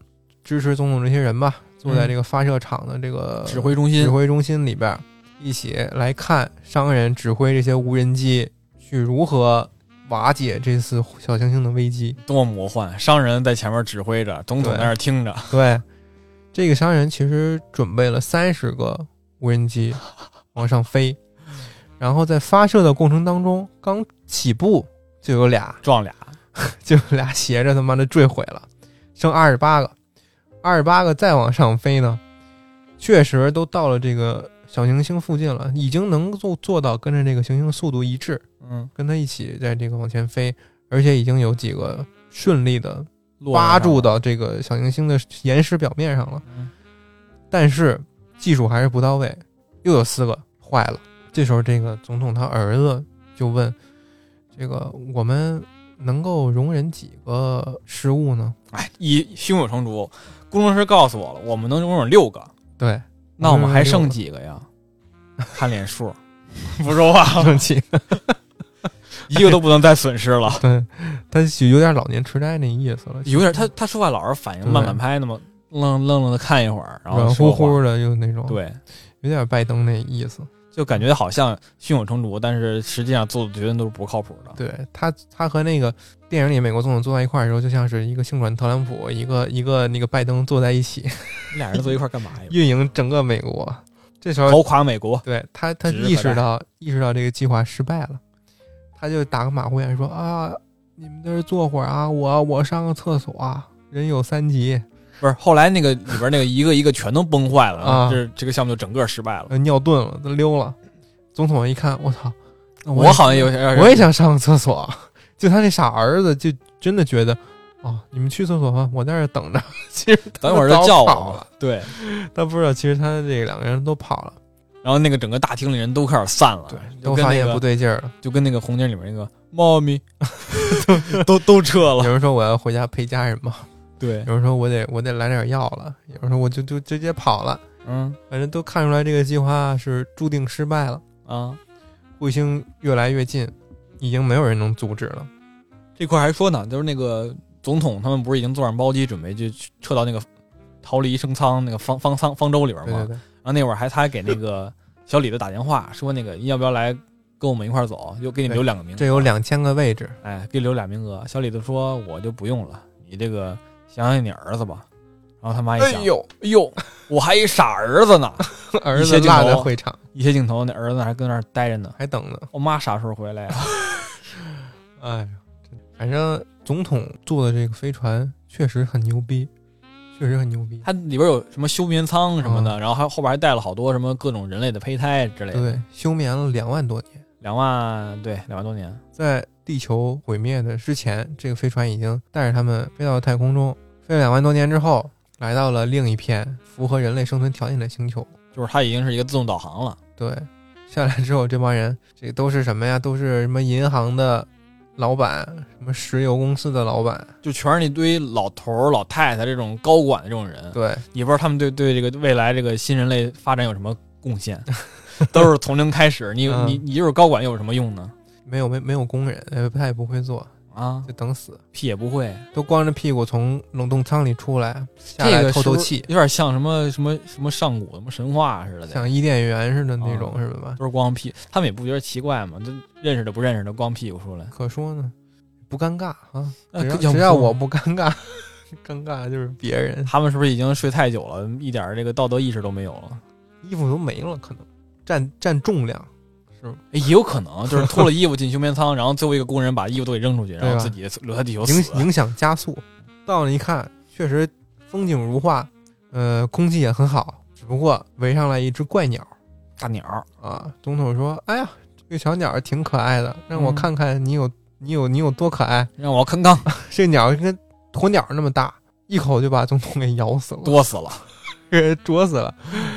S2: 支持总统这些人吧，坐在这个发射场的这个
S3: 嗯指挥中心
S2: 指，挥中心里边儿，一起来看商人指挥这些无人机去如何瓦解这次小行星的危机。
S3: 多么魔幻！商人在前面指挥着，总统
S2: 对
S3: 在那儿听着。
S2: 对，这个商人其实准备了三十个无人机往上飞，
S3: 嗯
S2: 然后在发射的过程当中，刚起步就有俩，
S3: 撞俩，
S2: 就有俩斜着他妈的坠毁了，剩二十八个，二十八个再往上飞呢，确实都到了这个小行星附近了，已经能够做到跟着这个行星速度一致，
S3: 嗯，
S2: 跟它一起在这个往前飞，而且已经有几个顺利的
S3: 落
S2: 扒
S3: 在那儿
S2: 住
S3: 了，
S2: 到这个小行星的岩石表面上了。
S3: 嗯
S2: 但是技术还是不到位，又有四个坏了。这时候，这个总统他儿子就问：“这个我们能够容忍几个失误呢
S3: 哎，一胸有成竹。工程师告诉我了，我们能拥有六个，？”
S2: 对，
S3: 那我们还
S2: 六
S3: 剩
S2: 个
S3: 几 个呀？看脸数， 不说话，
S2: 生气。
S3: 一个都不能再损失了。
S2: 对，他就有点老年痴呆那意思了，
S3: 有点，他 他说话老是反应慢半拍，那么愣愣愣的看一会儿，然后
S2: 软
S3: 说
S2: 乎
S3: 话，
S2: 乎的，就那种，，
S3: 对，
S2: 有点拜登那意思。
S3: 就感觉好像胸有成竹，但是实际上做的决定都是不靠谱的。
S2: 对他，他和那个电影里美国总统坐在一块儿的时候，就像是一个性转特朗普，一个一个那个拜登坐在一起，？
S3: 俩人坐一块儿干嘛呀
S2: 运营整个美国。这时候
S3: 搞垮美国，
S2: 对他，他
S3: 指日可
S2: 意识
S3: 待
S2: 到意识到这个计划失败了，他就打个马虎眼说啊，你们在这儿坐会儿啊，我我上个厕所啊，人有三急，
S3: 不是后来那个里边那个一个一个全都崩坏了，
S2: 啊
S3: 就是这个项目就整个失败了。
S2: 呃尿遁了，都溜了。总统一看，我操，那
S3: 我
S2: 也
S3: 好像有点，
S2: 我也想上个厕所， 就他那傻儿子就真的觉得。哦，你们去厕所吧，我在这儿等着。其实
S3: 等会儿就叫
S2: 早
S3: 我
S2: 跑
S3: 了
S2: 了，。
S3: 对，
S2: 他不知道，其实他这两个人都跑了，
S3: 然后那个整个大厅里人都开始散了，就
S2: 都
S3: 跟
S2: 发
S3: 那
S2: 现不
S3: 个
S2: 对劲 儿了。
S3: 就跟那个红警里面那个 猫咪都都都撤
S2: 有
S3: 了，
S2: 人说我要回家陪家人嘛，
S3: 对，
S2: 有人说我得我得来点药了，有人说我就就直接跑了，
S3: 嗯
S2: 反正都看出来这个计划是注定失败了。
S3: 啊，
S2: 彗星越来越近，已经没有人能阻止了。
S3: 这块儿还说呢，就是那个总统他们不是已经坐上包机准备就去撤到那个逃离升舱那个方方舱方舟里边
S2: 对
S3: 吗？
S2: 对对，
S3: 然后那会儿还他还给那个小李子打电话说那个要不要来跟我们一块儿走，又给你们留两个名额，
S2: 这有两千个位置，
S3: 哎，给留俩名额。小李子说我就不用了，你这个想想你儿子吧。然后他妈一想，
S2: 呦，
S3: 哎呦，我还一傻儿子呢，
S2: 儿
S3: 一些
S2: 子
S3: 镜头
S2: 落在会场
S3: 一些镜头那儿子还跟那儿待着呢。
S2: 还等呢。
S3: 我妈啥时候回来呀、
S2: 哎呀，真反正总统坐的这个飞船确实很牛逼，确实很牛逼。
S3: 它里边有什么休眠舱什么的，然后还后边还带了好多什么各种人类的胚胎之类的。
S2: 嗯对，休眠了两万多年，
S3: 两万对两万多年，
S2: 在地球毁灭的之前，这个飞船已经带着他们飞到太空中，飞了两万多年之后，来到了另一片符合人类生存条件的星球。
S3: 就是它已经是一个自动导航了。
S2: 对，下来之后，这帮人这都是什么呀？都是什么银行的老板，什么石油公司的老板，
S3: 就全是那堆老头儿、老太太这种高管的这种人，
S2: 对，
S3: 也不知道他们对对这个未来这个新人类发展有什么贡献， 都是从零开始。你
S2: 嗯
S3: 你你就是高管又有什么用呢？
S2: 没有没没有工人，呃他也不会做，
S3: 啊，
S2: 就等死，
S3: 屁也不会。
S2: 都光着屁股从冷冻舱里出来，下
S3: 这
S2: 来
S3: 个
S2: 透
S3: 是不
S2: 透
S3: 是
S2: 气，
S3: 有点像什么什么什么上古什么神话似的，
S2: 像伊甸园似的那种，
S3: 啊
S2: 是吧？
S3: 都是光屁，他们也不觉得奇怪嘛，就认识的不认识的光屁股出来。
S2: 可说呢，不尴尬啊，
S3: 呃
S2: 只要
S3: 可要不
S2: 只要
S3: 说
S2: 我不尴尬，尴尬的就是别人
S3: 他们是不是已经睡太久了，一点儿这个道德意识都没有了？
S2: 衣服都没了，可能占占重量，是吗
S3: 哎也有可能就是脱了衣服进休眠舱，然后最后一个工人把衣服都 给扔出去，然
S2: 对
S3: 后
S2: 吧
S3: 自己留在地球
S2: 影
S3: 死。
S2: 影响加速。到那一看，确实风景如画，呃，空气也很好，只不过围上来一只怪鸟
S3: 大鸟儿，
S2: 啊。总统说：“哎呀，这个小鸟挺可爱的，让我
S3: 嗯
S2: 看看你有你有你有多可爱。
S3: 让我看看，”
S2: 这鸟跟鸵鸟那么大，一口就把总统给咬死了，
S3: 多死了。
S2: 给啄死了。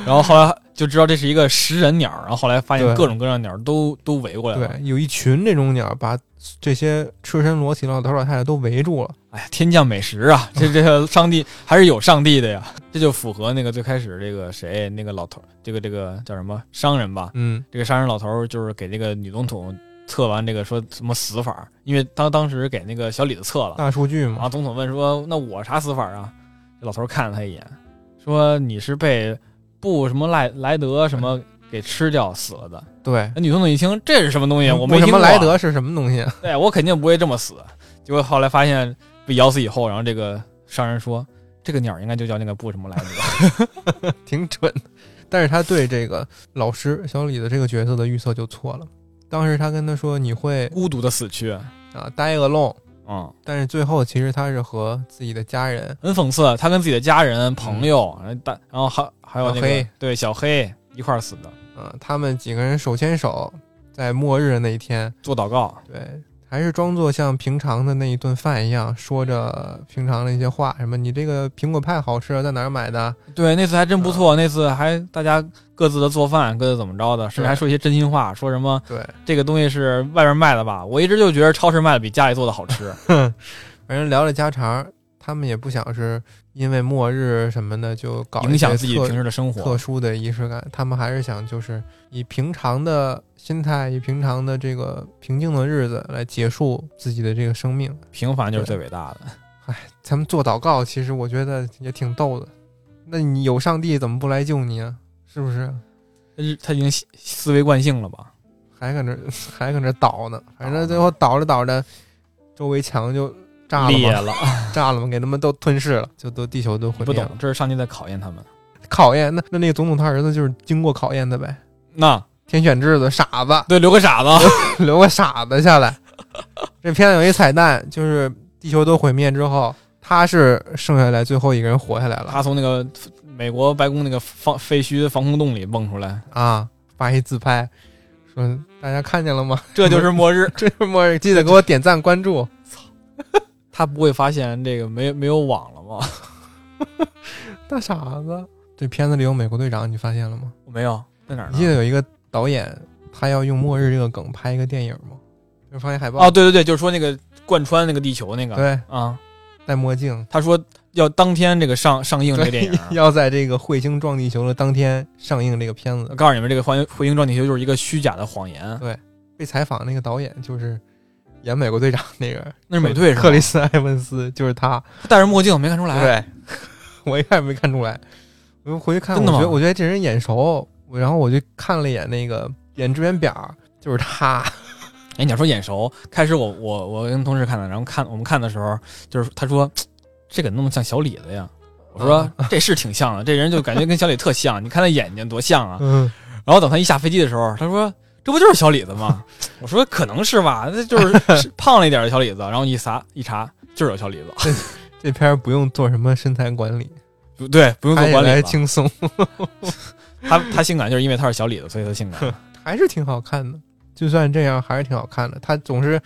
S3: 然后后来就知道这是一个食人鸟，然后后来发
S2: 对
S3: 现各种各样的鸟都都围过来了。
S2: 对，有啊一群这种鸟把这些赤身裸体老头老太太都围住了。
S3: 哎呀，天降美食 啊！这这个上帝还是有上帝的呀，这就符合那个最开始这个谁那个老头，这个这个叫什么商人吧？
S2: 嗯，
S3: 这个商人老头儿就是给这个女总统测完这个说什么死法儿，因为当当时给那个小李子测了，
S2: 大数据
S3: 然
S2: 嘛，
S3: 后总统问说那我啥死法儿啊？这老头儿看了他一眼，说你是被布什么莱莱德什么给吃掉死了的。
S2: 对。
S3: 那女总统一听这是什么东哎西，我
S2: 不
S3: 没
S2: 什
S3: 听
S2: 么
S3: 过啊
S2: 莱德是什么东西？啊
S3: 对我肯定不会这么死。结果后来发现被咬死以后，然后这个商人说，这个鸟儿应该就叫那个布什么来着，
S2: 挺准的。但是他对这个老师小李的这个角色的预测就错了。当时他跟他说你会
S3: 孤独的死去。
S2: 啊 die alone，
S3: 嗯，
S2: 但是最后其实他是和自己的家人
S3: 很讽刺，他跟自己的家人、朋友，然后大，然后还还有
S2: 嗯小
S3: 那个
S2: 黑
S3: 对小黑一块儿死的，
S2: 啊，他们几个人手牵手，在末日的那一天，
S3: 做祷告。
S2: 对，还是装作像平常的那一顿饭一样，说着平常的一些话，什么你这个苹果派好吃啊，在哪儿买的？
S3: 对，那次还真不
S2: 嗯
S3: 错，那次还大家各自的做饭，各自怎么着的，甚至还说一些真心话，说什么
S2: 对，
S3: 这个东西是外边卖的吧？我一直就觉得超市卖的比家里做的好 吃。
S2: 反正聊聊家常。他们也不想是因为末日什么的就搞一
S3: 影响
S2: 些
S3: 自己
S2: 策
S3: 平时的生活
S2: 哦特。殊的仪式感，他们还是想就是以平常的心态，以平常的这个平静的日子来结束自己的这个生命。
S3: 平凡就是最伟大的。
S2: 咱们做祷告，其实我觉得也挺逗的。那你有上帝怎么不来救你啊？是不是？
S3: 他是他已经思思维惯性了吧？
S2: 还搁那 还搁那倒呢？反正最后倒着倒着，周围墙就炸了
S3: 裂
S2: 嘛，
S3: 了，
S2: 炸了嘛，给他们都吞噬了，就都地球都毁
S3: 不
S2: 灭
S3: 懂
S2: 了。，
S3: 这是上帝在考验他们。
S2: 考验那那那个总统他儿子就是经过考验的呗，
S3: 那
S2: 天选之子傻子。
S3: 对留个傻子，
S2: 留个傻子下来。 这片子有一彩蛋，就是地球都毁灭之后，他是剩下来最后一个人活下来了
S3: 他从那个美国白宫那个防废墟防空洞里蹦出来，
S2: 啊！发一自拍，说大家看见了吗？
S3: 这就是末日。
S2: 这是末日，记得给我点赞关注。
S3: 他不会发现这个没没有网了吗？
S2: 大傻子，这片子里有美国队长，你发现了吗？
S3: 没有，在哪儿
S2: 你记得
S3: 呢？
S2: 有一个导演，他要用末日这个梗拍一个电影吗？就发现海报
S3: 哦，对对对，就是说那个贯穿那个地球那个。
S2: 对，
S3: 啊，
S2: 戴墨镜。
S3: 他说要当天这个上上映这个电 影。
S2: 对 要在这个彗星撞地球的当天上映这个片子
S3: 我。告诉你们，这个环回应撞地球就是一个虚假的谎言。
S2: 被采访那个导演就是演美国队长那个人，
S3: 那是美队是哎吧
S2: 克里斯·埃文斯就是他。
S3: 他戴着墨镜没看出来，
S2: 对， 我一看没看出来，我就回去看，我
S3: 真的
S2: 觉
S3: 吗
S2: 得我觉得这人眼熟，我然后我就看了一眼那个演职员表，就是他。
S3: 哎，你要说眼熟，开始我我我跟同事看的，然后看我们看的时候，就是他说嘖这个那么像小李子呀。我说
S2: 啊
S3: 这是挺像的，这人就感觉跟小李特像，你看他眼睛多像啊。
S2: 嗯，
S3: 然后等他一下飞机的时候，他说这不就是小李子吗？ 我说可能是吧，那就是 是胖了一点的小李子。然后一查一查，就是有小李子，
S2: 这片儿不用做什么身材管理，
S3: 不对，不用
S2: 看
S3: 做
S2: 起
S3: 管理
S2: 哎来
S3: 了。
S2: 轻松，
S3: 他他性感就是因为他是小李子，所以 他性感。
S2: 还是挺好看的。就算这样，还是挺好看的。他总是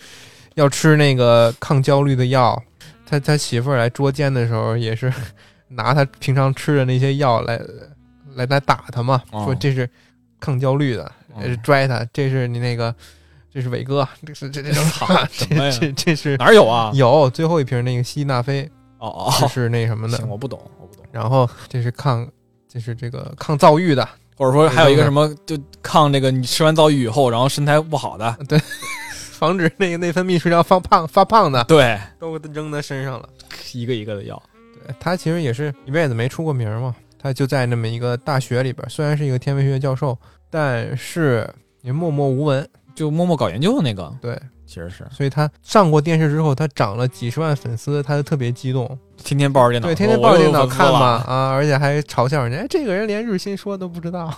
S2: 要吃那个抗焦虑的药，他他媳妇儿来捉奸的时候，也是 拿他平常吃的那些药来来来打他嘛，
S3: 哦
S2: 说这是抗焦虑的，
S3: 嗯
S2: 是拽他，这是你那个，这是伟哥，这是这这
S3: 啊什 么
S2: 这
S3: 呀
S2: 这这是
S3: 哪有啊？
S2: 有最后一瓶那个西那非，
S3: 哦
S2: 这
S3: 哦，
S2: 是那什么的
S3: 行，，我不懂，我不懂。
S2: 然后这是抗，这是这个抗躁郁的，
S3: 或者说还有一个什
S2: 嗯
S3: 么，就抗这个你吃完遭遇以后，然后身材不好的，
S2: 防止那个内分泌失调发胖发胖的，
S3: 对，
S2: 都扔他身上了。
S3: 一个一个的要。
S2: 对他其实也是一辈子没出过名儿嘛，他就在那么一个大学里边儿，虽然是一个天文学教授，但是也默默无闻。
S3: 就默默搞研究的那个，
S2: 对，
S3: 其实是
S2: 所以他上过电视之后，他涨了几十万粉丝，他就特别激动，
S3: 天天抱着电脑，
S2: 对，天天抱着电脑看嘛，，啊，而且还嘲笑人家，哎，这个人连日心说都不知 道，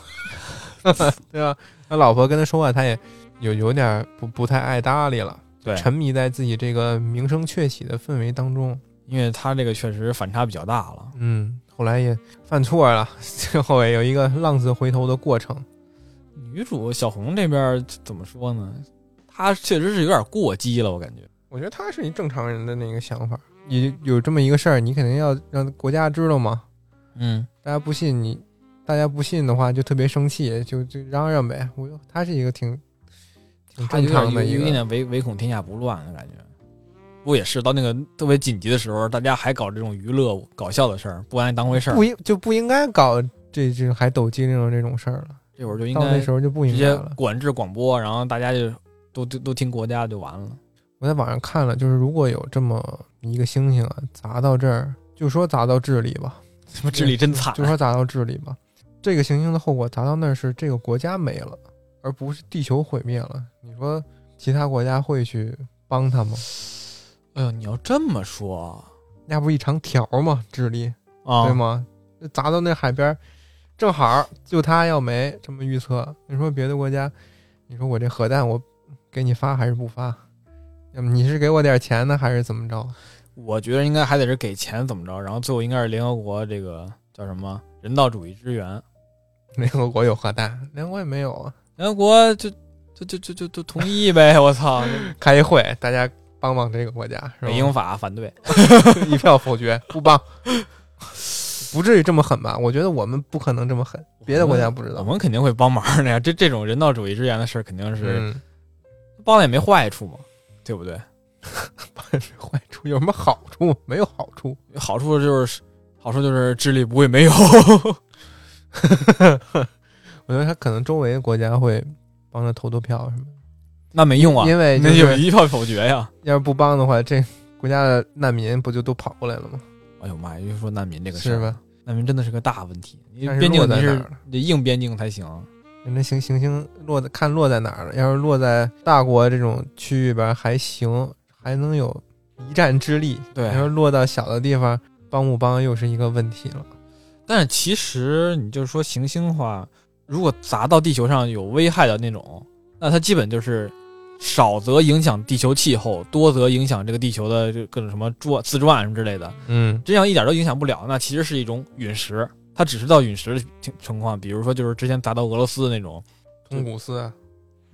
S2: 对吧？那老婆跟他说话，他也有有点不不太爱搭理了，
S3: 对，
S2: 沉迷在自己这个名声鹊起的氛围当中，
S3: 因为他这个确实反差比较大了，
S2: 嗯，后来也犯错了， 最后也有一个浪子回头的过程，
S3: 女主小红这边怎么说呢？她确实是有点过激了，我感觉。
S2: 我觉得他是一正常人的那个想法，你有这么一个事儿，你肯定要让国家知道嘛，
S3: 嗯，
S2: 大家不信你，大家不信的话就特别生气，就就嚷嚷呗。我就他是一个挺挺
S3: 她
S2: 正
S3: 有
S2: 常
S3: 点
S2: 的一
S3: 有有
S2: 个，
S3: 点唯唯恐天下不乱的感觉。不过也是到那个特别紧急的时候，大家还搞这种娱乐搞笑的事儿，不把你当回事儿
S2: 不。应就不应该搞这这还抖机灵这种事儿了。
S3: 这会儿就应
S2: 到
S3: 该
S2: 那时候就不应
S3: 直
S2: 该
S3: 接
S2: 了。
S3: 管制广播，然后大家就都都都听国家就完了。
S2: 我在网上看了，就是如果有这么一个星星啊砸到这儿，就说砸到智利吧，
S3: 什么智力真惨，
S2: 就说砸到智利吧，这个行星的后果砸到那儿是这个国家没了，而不是地球毁灭了。你说其他国家会去帮他吗？
S3: 哎呦，你要这么说
S2: 那不一长条吗？智利。
S3: 啊
S2: 对，吗？就砸到那海边儿，正好儿就他要没这么预测。你说别的国家，你说我这核弹我给你发还是不发？要么你是给我点钱呢，还是怎么着？
S3: 我觉得应该还得是给钱怎么着，然后最后应该是联合国这个叫什么人道主义支援，
S2: 联合国有核弹，联合国也没有啊。
S3: 联合国就就就就就就同意呗， 我操，
S2: 开一会，大家帮帮这个国家，是吧
S3: 美英法反对，
S2: 一票否决，不帮，不至于这么狠吧？我觉得我们不可能这么狠，别的国家不知
S3: 我
S2: 道。
S3: 们肯定会帮忙的呀，这这种人道主义支援的事儿肯定是、
S2: 嗯，
S3: 帮了也没坏处嘛，对不对？
S2: 坏处有什么好处？没有好处。
S3: 好处就是好处就是智力不会没有，
S2: 我觉得他可能周围的国家会帮他投投票什么的。
S3: 那没用啊，
S2: 因为就
S3: 那有
S2: 是
S3: 一票否决呀。
S2: 要是不帮的话，这国家的难民不就都跑过来了吗？
S3: 哎呦妈呀！又说难民这个事
S2: 是
S3: 儿，
S2: 吧？
S3: 难民真的是个大问题。你
S2: 但是
S3: 边境
S2: 落
S3: 你
S2: 在
S3: 是
S2: 哪儿了
S3: 你得硬边境才行。
S2: 人家行行星落在看落在哪儿了，要是落在大国这种区域边还行，还能有一战之力。
S3: 对
S2: 要是落到小的地方，帮不帮又是一个问题了。
S3: 但是其实你就是说行星的话，如果砸到地球上有危害的那种，那它基本就是少则影响地球气候，多则影响这个地球的这各种什么转自转什么之类的。
S2: 嗯，
S3: 这样一点都影响不了，那其实是一种陨石，它只是到陨石的情情况，比如说就是之前砸到俄罗斯的那种，
S2: 通古斯，啊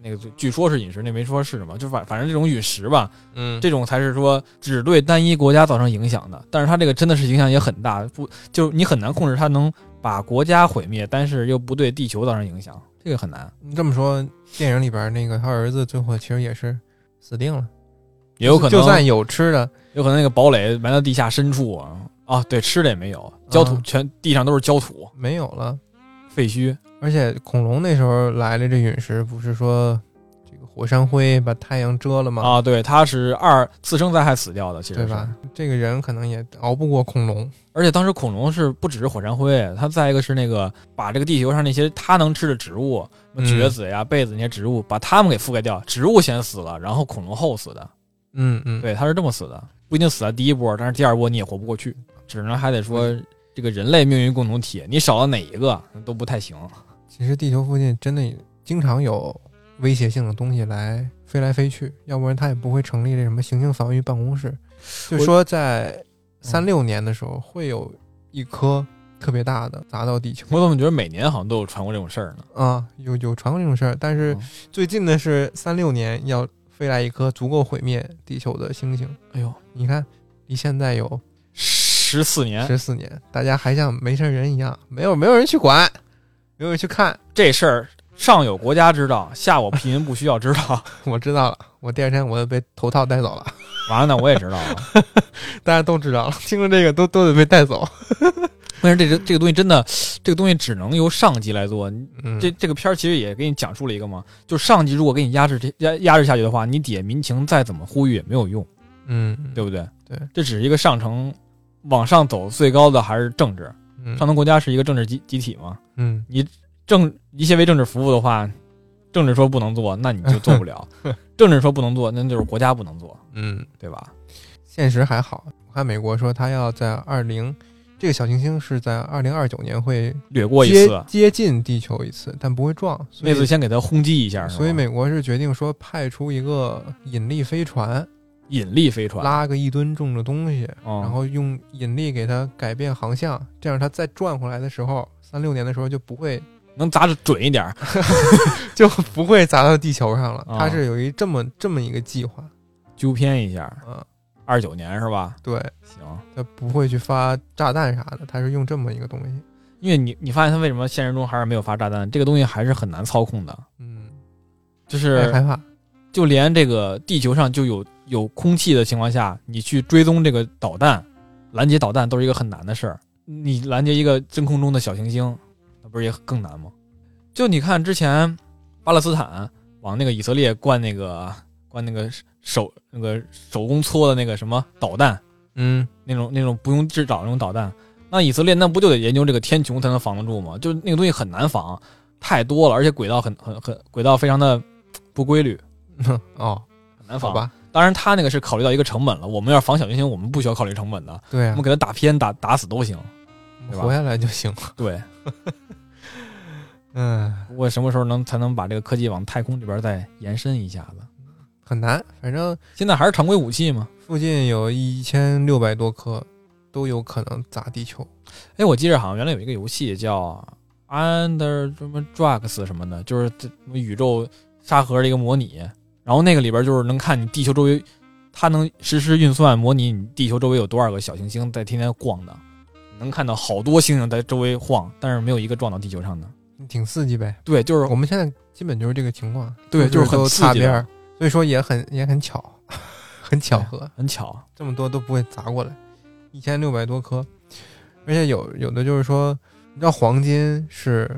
S3: 那个就据说是陨石，那没说是什么，就反反正这种陨石吧，
S2: 嗯，
S3: 这种才是说只对单一国家造成影响的。但是它这个真的是影响也很大，不就是你很难控制它能把国家毁灭，但是又不对地球造成影响，这个很难，
S2: 你这么说，电影里边那个他儿子最后其实也是死定了，
S3: 也有可
S2: 就算
S3: 能
S2: 有吃的，
S3: 有可能那个堡垒埋到地下深处啊啊，对，吃的也没有，焦土、
S2: 嗯
S3: 全地上都是焦土
S2: 没有了。
S3: 废墟，
S2: 而且恐龙那时候来了，这陨石不是说这个火山灰把太阳遮了吗？
S3: 啊，对，他是二次生灾害死掉的，其
S2: 嗯
S3: 实
S2: 对
S3: 是
S2: 吧？？这个人可能也熬不过恐龙。
S3: 而且当时恐龙是不只是火山灰，它再一个是那个把这个地球上那些它能吃的植物，什
S2: 嗯
S3: 么蕨子呀、被子那些植物，把它们给覆盖掉，植物先死了，然后恐龙后死的。
S2: 嗯嗯，，
S3: 对，它是这么死的，不一定死在第一波，但是第二波你也活不过去，只能还得说
S2: 嗯
S3: 这个人类命运共同体，你少了哪一个都不太行。
S2: 其实地球附近真的经常有威胁性的东西来飞来飞去，要不然它也不会成立这什么行星防御办公室。就说
S3: 嗯
S2: 在三六年的时候，会有一颗特别大的砸到地球
S3: 我怎么觉得每年好像都有传过这种事儿呢？
S2: 啊，有有传过这种事儿，但是
S3: 嗯
S2: 最近的是三六年要飞来一颗足够毁灭地球的星星。
S3: 哎呦，
S2: 你看，离现在有
S3: 十四年
S2: 十四年，大家还像没事人一样，没有没有人去管，没有人去看。
S3: 这事儿，上有国家知道，下我平民不需要知道。
S2: 我知道了，我第二天我就被头套带走了，
S3: 完了，那我也知道了。
S2: 大家都知道了， 听了这个都都得被带走。
S3: 但是这个这个东西真的，这个东西只能由上级来做。你
S2: 嗯，
S3: 这这个片儿其实也给你讲述了一个嘛，就是上级如果给你压制这压压制下去的话，你底下民情再怎么呼吁也没有用，
S2: 嗯，
S3: 对不对？
S2: 对，
S3: 这只是一个上层往上走最高的还是政治，
S2: 嗯
S3: 上层国家是一个政治集集体嘛，
S2: 嗯
S3: 政一切为政治服务的话，政治说不能做，那你就做不 了；政治说不能做，那就是国家不能做，
S2: 嗯，
S3: 对吧？
S2: 现实还好。我看美国说他要在二零，这个小行星是在二零二九年会
S3: 掠过一
S2: 接
S3: 次，
S2: 接近地球一次，但不会撞。所
S3: 那
S2: 以
S3: 次先给它轰击一下，是吧
S2: 所以美国是决定说派出一个引力飞船，
S3: 引力飞船，
S2: 拉个一吨重的东西，
S3: 嗯、
S2: 然后用引力给它改变航向，这样它再转回来的时候，三六年的时候就不会
S3: 能砸的准一点儿，
S2: 就不会砸到地球上了。
S3: 啊
S2: 它是有一这么这么一个计划，
S3: 纠偏一下。
S2: 嗯，
S3: 二九年是吧？
S2: 对，
S3: 行，
S2: 它不会去发炸弹啥的，它是用这么一个东西。
S3: 因为你你发现它为什么现实中还是没有发炸弹？这个东西还是很难操控的，
S2: 嗯，
S3: 就
S2: 太
S3: 是
S2: 害怕。
S3: 就连这个地球上就有有空气的情况下，你去追踪这个导弹，拦截导弹都是一个很难的事儿。你拦截一个真空中的小行星，那不是也更难吗？就你看之前巴勒斯坦往那个以色列灌那个灌那个手那个手工搓的那个什么导弹，
S2: 嗯，
S3: 那种那种不用制导那种导弹，那以色列那不就得研究这个天穹才能防得住吗？就是那个东西很难防，太多了，而且轨道很很很轨道非常的不规律，
S2: 哦，
S3: 很难
S2: 好
S3: 防。
S2: 吧，
S3: 当然，他那个是考虑到一个成本了。我们要是防小行星，我们不需要考虑成本的，
S2: 对
S3: 我
S2: 啊
S3: 们，给它打偏打打死都行。对吧
S2: 活下来就行了。
S3: 对，
S2: 嗯，
S3: 我什么时候能才能把这个科技往太空这边再延伸一下子？
S2: 很难，反正
S3: 现在还是常规武器嘛。
S2: 附近有一千六百多颗，都有可能砸地球。
S3: 哎，我记着好像原来有一个游戏叫 Under 什么 Drugs 什么的，就是这什么宇宙沙盒的一个模拟。然后那个里边就是能看你地球周围，它能实时运算模拟你地球周围有多少个小行星在天天逛的，能看到好多星星在周围晃，但是没有一个撞到地球上的。
S2: 挺刺激呗。
S3: 对，就是
S2: 我们现在基本就是这个情况，
S3: 对
S2: 就是
S3: 就是很
S2: 都
S3: 刺激
S2: 擦边儿，所以说也很也很巧， 很巧合，
S3: 很巧，
S2: 这么多都不会砸过来，一千六百多颗，而且有有的就是说，你知道黄金是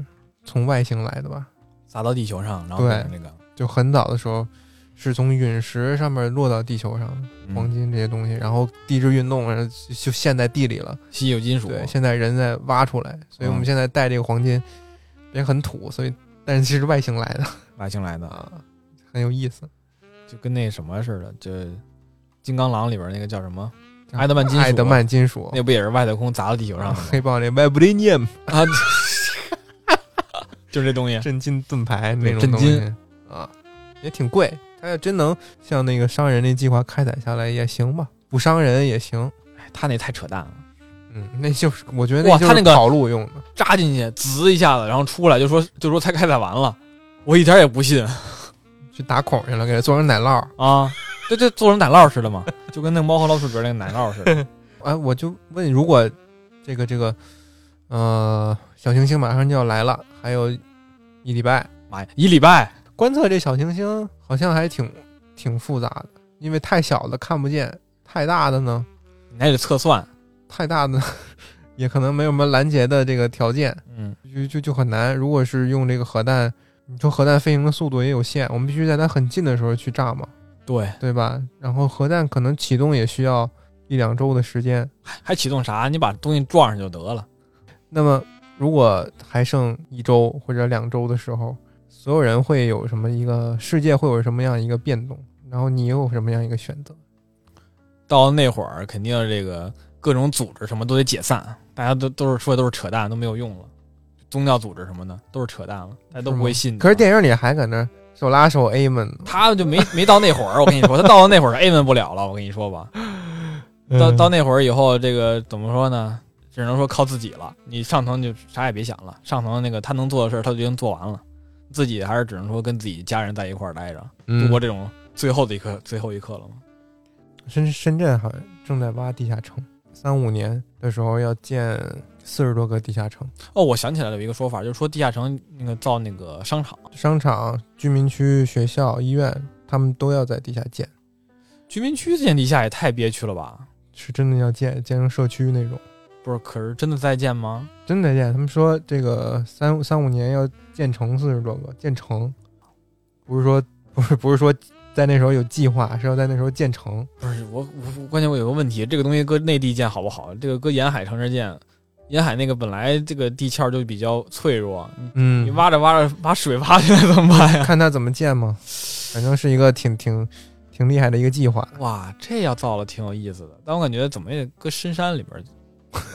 S2: 从外星来的吧？
S3: 砸到地球上，然后
S2: 对
S3: 变成那个
S2: 就很早的时候是从陨石上面落到地球上的
S3: 嗯
S2: 黄金这些东西，然后地质运动然后就就陷在地里了。
S3: 稀有金属。
S2: 对，现在人在挖出来，所以我们
S3: 嗯
S2: 现在带这个黄金也很土，所以但是其实外星来的
S3: 外星来的，
S2: 啊，很有意思。
S3: 就跟那什么似的，就金刚狼里边那个叫什么
S2: 叫
S3: 埃德曼金属，
S2: 啊
S3: 啊
S2: 爱德曼金属，
S3: 那啊不也是外太空砸到地球上的吗？
S2: 黑豹那 vibranium
S3: 啊，就是这东西，
S2: 震金盾牌那种
S3: 震
S2: 东西
S3: 惊
S2: 啊，也挺贵。它要真能像那个商人那计划开采下来也行吧，不伤人也行。
S3: 哎他那太扯淡了，
S2: 嗯，那就是我觉得
S3: 哇
S2: 那就
S3: 它那
S2: 是
S3: 个
S2: 跑路用的，
S3: 扎进去滋一下子，然后出来就说就说才开采完了，我一点也不信
S2: 去打孔去了，给它做成奶酪。
S3: 啊，这这做成奶酪似的嘛，就跟那个猫和老鼠里边那个奶酪似的，
S2: 哎，我就问，如果这个这个呃小行星马上就要来了，还有一礼拜，
S3: 妈呀，一礼拜
S2: 观测这小行星好像还挺挺复杂的，因为太小的看不见，太大的呢，
S3: 你还得测算，
S2: 太大的 也可能没有什么拦截的这个条件，
S3: 嗯，
S2: 就就就很难。如果是用这个核弹，你说核弹飞行的速度也有限，我们必须在它很近的时候去炸嘛，
S3: 对，
S2: 对吧？然后核弹可能启动也需要一两周的时间。
S3: 还还启动啥？你把东西撞上就得了，
S2: 那么，如果还剩一周或者两周的时候，所有人会有什么一个世界会有什么样一个变动？然后你又有什么样一个选择？
S3: 到那会儿肯定这个各种组织什么都得解散，大家都都是说的都是扯淡，都没有用了。宗教组织什么的都是扯淡了，大家都不会
S2: 是吗
S3: 信的。
S2: 可是电影里还搁那儿手拉手 A 们呢，
S3: 他就没 没到那会儿，我跟你说，他到了那会儿 A 问不了了，我跟你说吧，到到那会儿以后，这个怎么说呢？只能说靠自己了。你上层就啥也别想了，上层那个他能做的事儿，他就已经做完了，自己还是只能说跟自己家人在一块儿待着，度
S2: 嗯
S3: 过这种最后的一刻，最后一刻了嘛。
S2: 深深圳好像正在挖地下城，三五年的时候要建四十多个地下城，
S3: 哦，我想起来了，有一个说法，就是说地下城那个造那个商场、
S2: 商场、居民区、学校、医院，他们都要在地下建，
S3: 居民区建地下也太憋屈了吧？
S2: 是真的要建，建成社区那种，
S3: 不是，可是真的再见吗？
S2: 真的建。他们说这个三三五年要建成四十多个，建成，不是说 不是不是说在那时候有计划，是要在那时候建成。
S3: 不是我我我关键我有个问题，这个东西搁内地建好不好？这个搁沿海城市建，沿海那个本来这个地壳就比较脆弱，你你
S2: 嗯，
S3: 挖着挖着把水 挖进来怎么办呀？
S2: 看他怎么建嘛，反正是一个挺挺挺厉害的一个计划。
S3: 哇，这要造了挺有意思的，但我感觉怎么也搁深山里边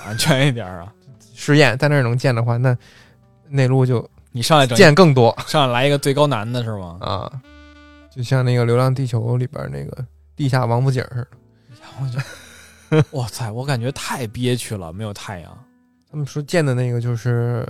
S3: 安全一点啊！
S2: 实验在那儿能建的话，那内陆就
S3: 你上来整
S2: 建更多
S3: 上来来一个最高难的是吗？
S2: 啊，就像那个《流浪地球》里边那个地下王府井似的。
S3: 我就，哇塞，我感觉太憋屈了，没有太阳。
S2: 他们说建的那个就是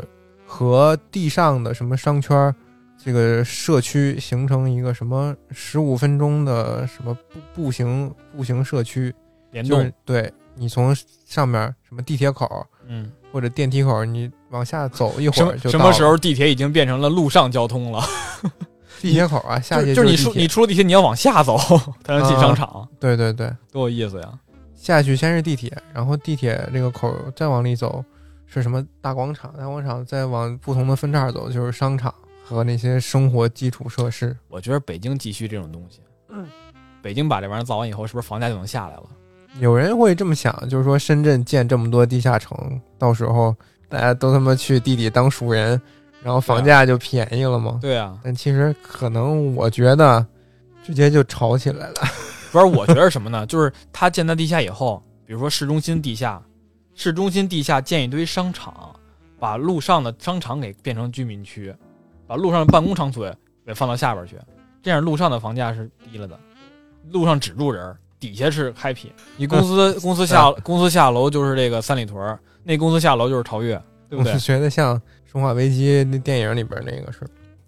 S2: 和地上的什么商圈儿这个社区形成一个什么十五分钟的什么步步行步行社区，
S3: 联
S2: 就
S3: 动，
S2: 是对你从上面什么地铁口
S3: 嗯，
S2: 或者电梯口，你往下走一
S3: 什
S2: 会儿
S3: 么
S2: 就
S3: 什
S2: 到
S3: 么
S2: 了
S3: 时候地铁已经变成了陆上交通了？
S2: 地铁口啊，下
S3: 就
S2: 去
S3: 就是
S2: 地
S3: 你
S2: 铁
S3: 出
S2: 啊
S3: 你出了地铁，你要往下走 才能进商场，
S2: 对对对，
S3: 多有意思呀！
S2: 下去先是地铁，然后地铁这个口儿再往里走是什么大广场，大广场再往不同的分叉走就是商场和那些生活基础设施。
S3: 我觉得北京急需这种东西。北京把这玩意儿造完以后，是不是房价就能下来了？
S2: 有人会这么想，就是说深圳建这么多地下城，到时候大家都他妈去地底当熟人，然后房价就便宜了吗？
S3: 啊对啊，
S2: 但其实可能我觉得直接就吵起来了。
S3: 不是，我觉得是什么呢？就是它建在地下以后，比如说市中心地下，市中心地下建一堆商场，把路上的商场给变成居民区，把路上的办公场所给放到下边去，这样路上的房价是低了的，路上只住人儿，底下是 happy。你公司、公司下公司下楼就是这个三里屯儿，那公司下楼就是朝越，对不
S2: 我
S3: 对
S2: 是？觉得像《生化危机》那电影里边那个是，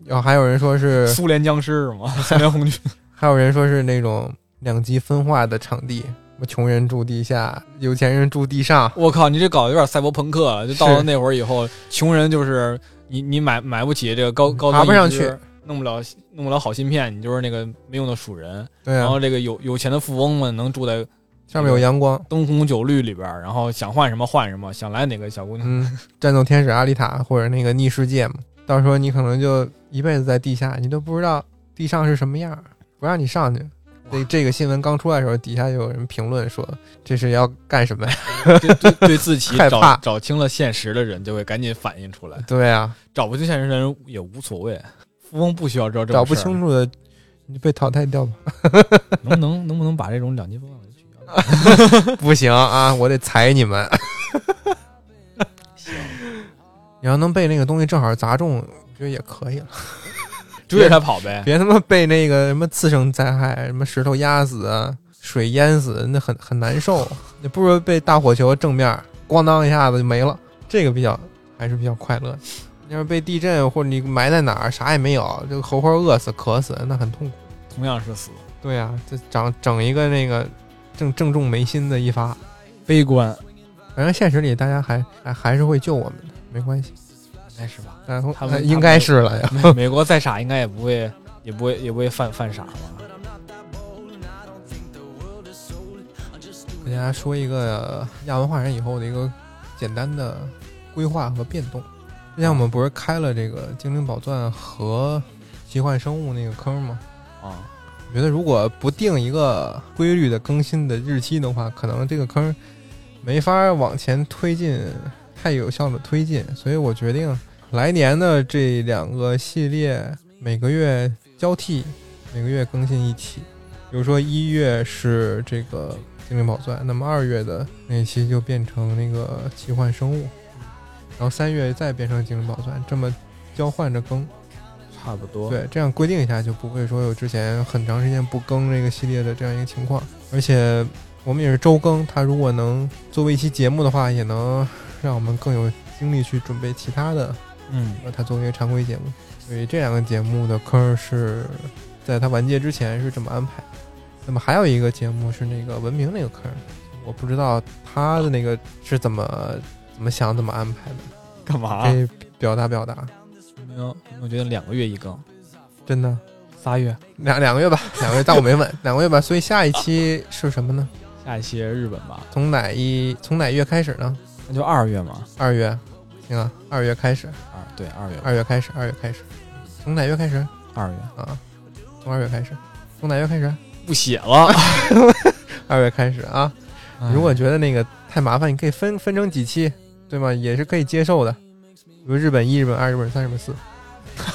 S2: 然后还有人说 是，
S3: 苏联僵尸是吗？苏联红军。
S2: 还有人说是那种两极分化的场地，什么穷人住地下，有钱人住地上。
S3: 我靠，你这搞得有点赛博朋克了。就到了
S2: 是
S3: 那会儿以后，穷人就是你你买买嗯不起这个高高端
S2: 爬不上
S3: 一支
S2: 去，
S3: 弄不了弄不了好芯片，你就是那个没用的鼠人。
S2: 对
S3: 然
S2: 啊
S3: 后，这个有有钱的富翁们能住在
S2: 上面有阳光。
S3: 灯红酒绿里边儿，然后想换什么换什么，想来哪个小姑娘。
S2: 嗯，战斗天使阿丽塔或者那个逆世界嘛，到时候你可能就一辈子在地下，你都不知道地上是什么样儿，不让你上去。这这个新闻刚出来的时候，底下就有人评论说这是要干什么呀？
S3: 对对对自 己
S2: 害
S3: 找
S2: 怕
S3: 找清了现实的人，就会赶紧反映出来；
S2: 对啊，
S3: 找不清现实的人也无所谓。富翁不需要知道这
S2: 找
S3: 种
S2: 不
S3: 事儿
S2: 清楚的你就被淘汰掉吧。
S3: 能不能能不能把这种两极分化给取消掉？
S2: 不行啊，我得裁你们。
S3: 行，
S2: 你要能被那个东西正好砸中，我觉得也可以了。
S3: 追着他跑呗。
S2: 别他妈被那个什么次生灾害，什么石头压死啊、水淹死，那很很难受。你不如被大火球正面咣当一下子就没了，这个比较还是比较快乐。要是被地震或者你埋在哪儿啥也没有，就活活饿死、渴死，那很痛苦。
S3: 同样是死，
S2: 对呀、啊，这整整一个那个正正中眉心的一发，
S3: 悲观，
S2: 反正现实里大家还还还是会救我们的，没关系。
S3: 应该哎是吧？
S2: 然后呃
S3: 他们
S2: 应该是了呀。
S3: 美美国再傻，应该也不会，也不会，也不会犯犯傻吧？
S1: Oh,
S2: 给大家说一个亚文化人以后的一个简单的规划和变动。之前我们不是开了这个《精灵宝钻》和《奇幻生物》那个坑吗？
S3: 啊，
S2: 我觉得如果不定一个规律的更新的日期的话，可能这个坑没法往前推进，太有效的推进。所以我决定来年的这两个系列每个月交替，每个月更新一期。比如说一月是这个《精灵宝钻》，那么二月的那一期就变成那个奇幻生物，然后三月再变成《精灵宝钻》，这么交换着更。
S3: 差不多。，
S2: 对，这样规定一下就不会说有之前很长时间不更这个系列的这样一个情况。而且我们也是周更，它如果能作为一期节目的话，也能让我们更有精力去准备其他的，
S3: 嗯，
S2: 把它作为一个常规节目。所以这两个节目的坑是在它完结之前是这么安排。那么还有一个节目是那个文明那个坑，我不知道他的那个是怎么怎么想怎么安排的，
S3: 干嘛？
S2: 可以表达表达，
S3: 没有，我觉得两个月一更，
S2: 真的。
S3: 仨月。
S2: 两两个月吧，两个月，但我没问，两个月吧。所以下一期是什么呢？
S3: 下一期日本吧，
S2: 从哪一从哪月开始呢？
S3: 那就二月嘛。
S2: 二月，行啊，二月开始，
S3: 二啊对，二月，
S2: 二月开始，二月开始，从哪月开始
S3: 二月
S2: 啊？从二月开始，从哪月开始？
S3: 不写 了。哎
S2: 二月开始啊！如果觉得那个太麻烦，你可以分分成几期，对吗？也是可以接受的。比如日本一、日本二、日本三、日本四，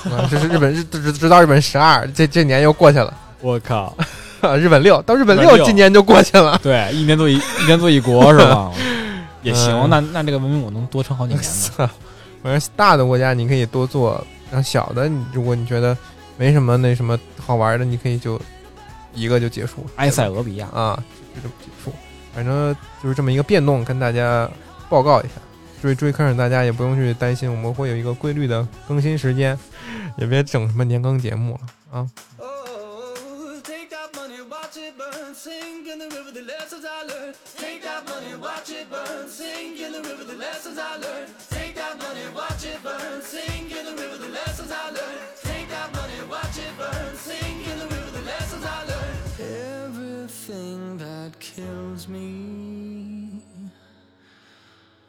S2: 啊，这是日本日直直到日本十二，这这年又过去了。啊
S3: 我靠，
S2: 日本六到日本
S3: 日本
S2: 六，
S3: 六
S2: 今年就过去了。
S3: 对，一年做一一年做一国是 吧？也行，
S2: 嗯
S3: 那那这个文明我能多撑好几年 呢。
S2: 反正大的国家你可以多做，然后小的你如果你觉得没什么那什么好玩的，你可以就一个就结束。
S3: 埃塞俄比亚，
S2: 啊，就这么结束。反正就是这么一个变动，跟大家报告一下。追追坑儿，大家也不用去担心，我们会有一个规律的更新时间，也别整什么年更节目了啊。
S1: Oh, take that money, watch it burn, sink in the river, the lessons I learned. Take that money, watch it burn, sink in the river, the lessons I learned. Take that money, watch it burn, sink in the river, the lessons I learned. Take that money, watch it burn, sink in the river, the lessons I learned. Everything that kills me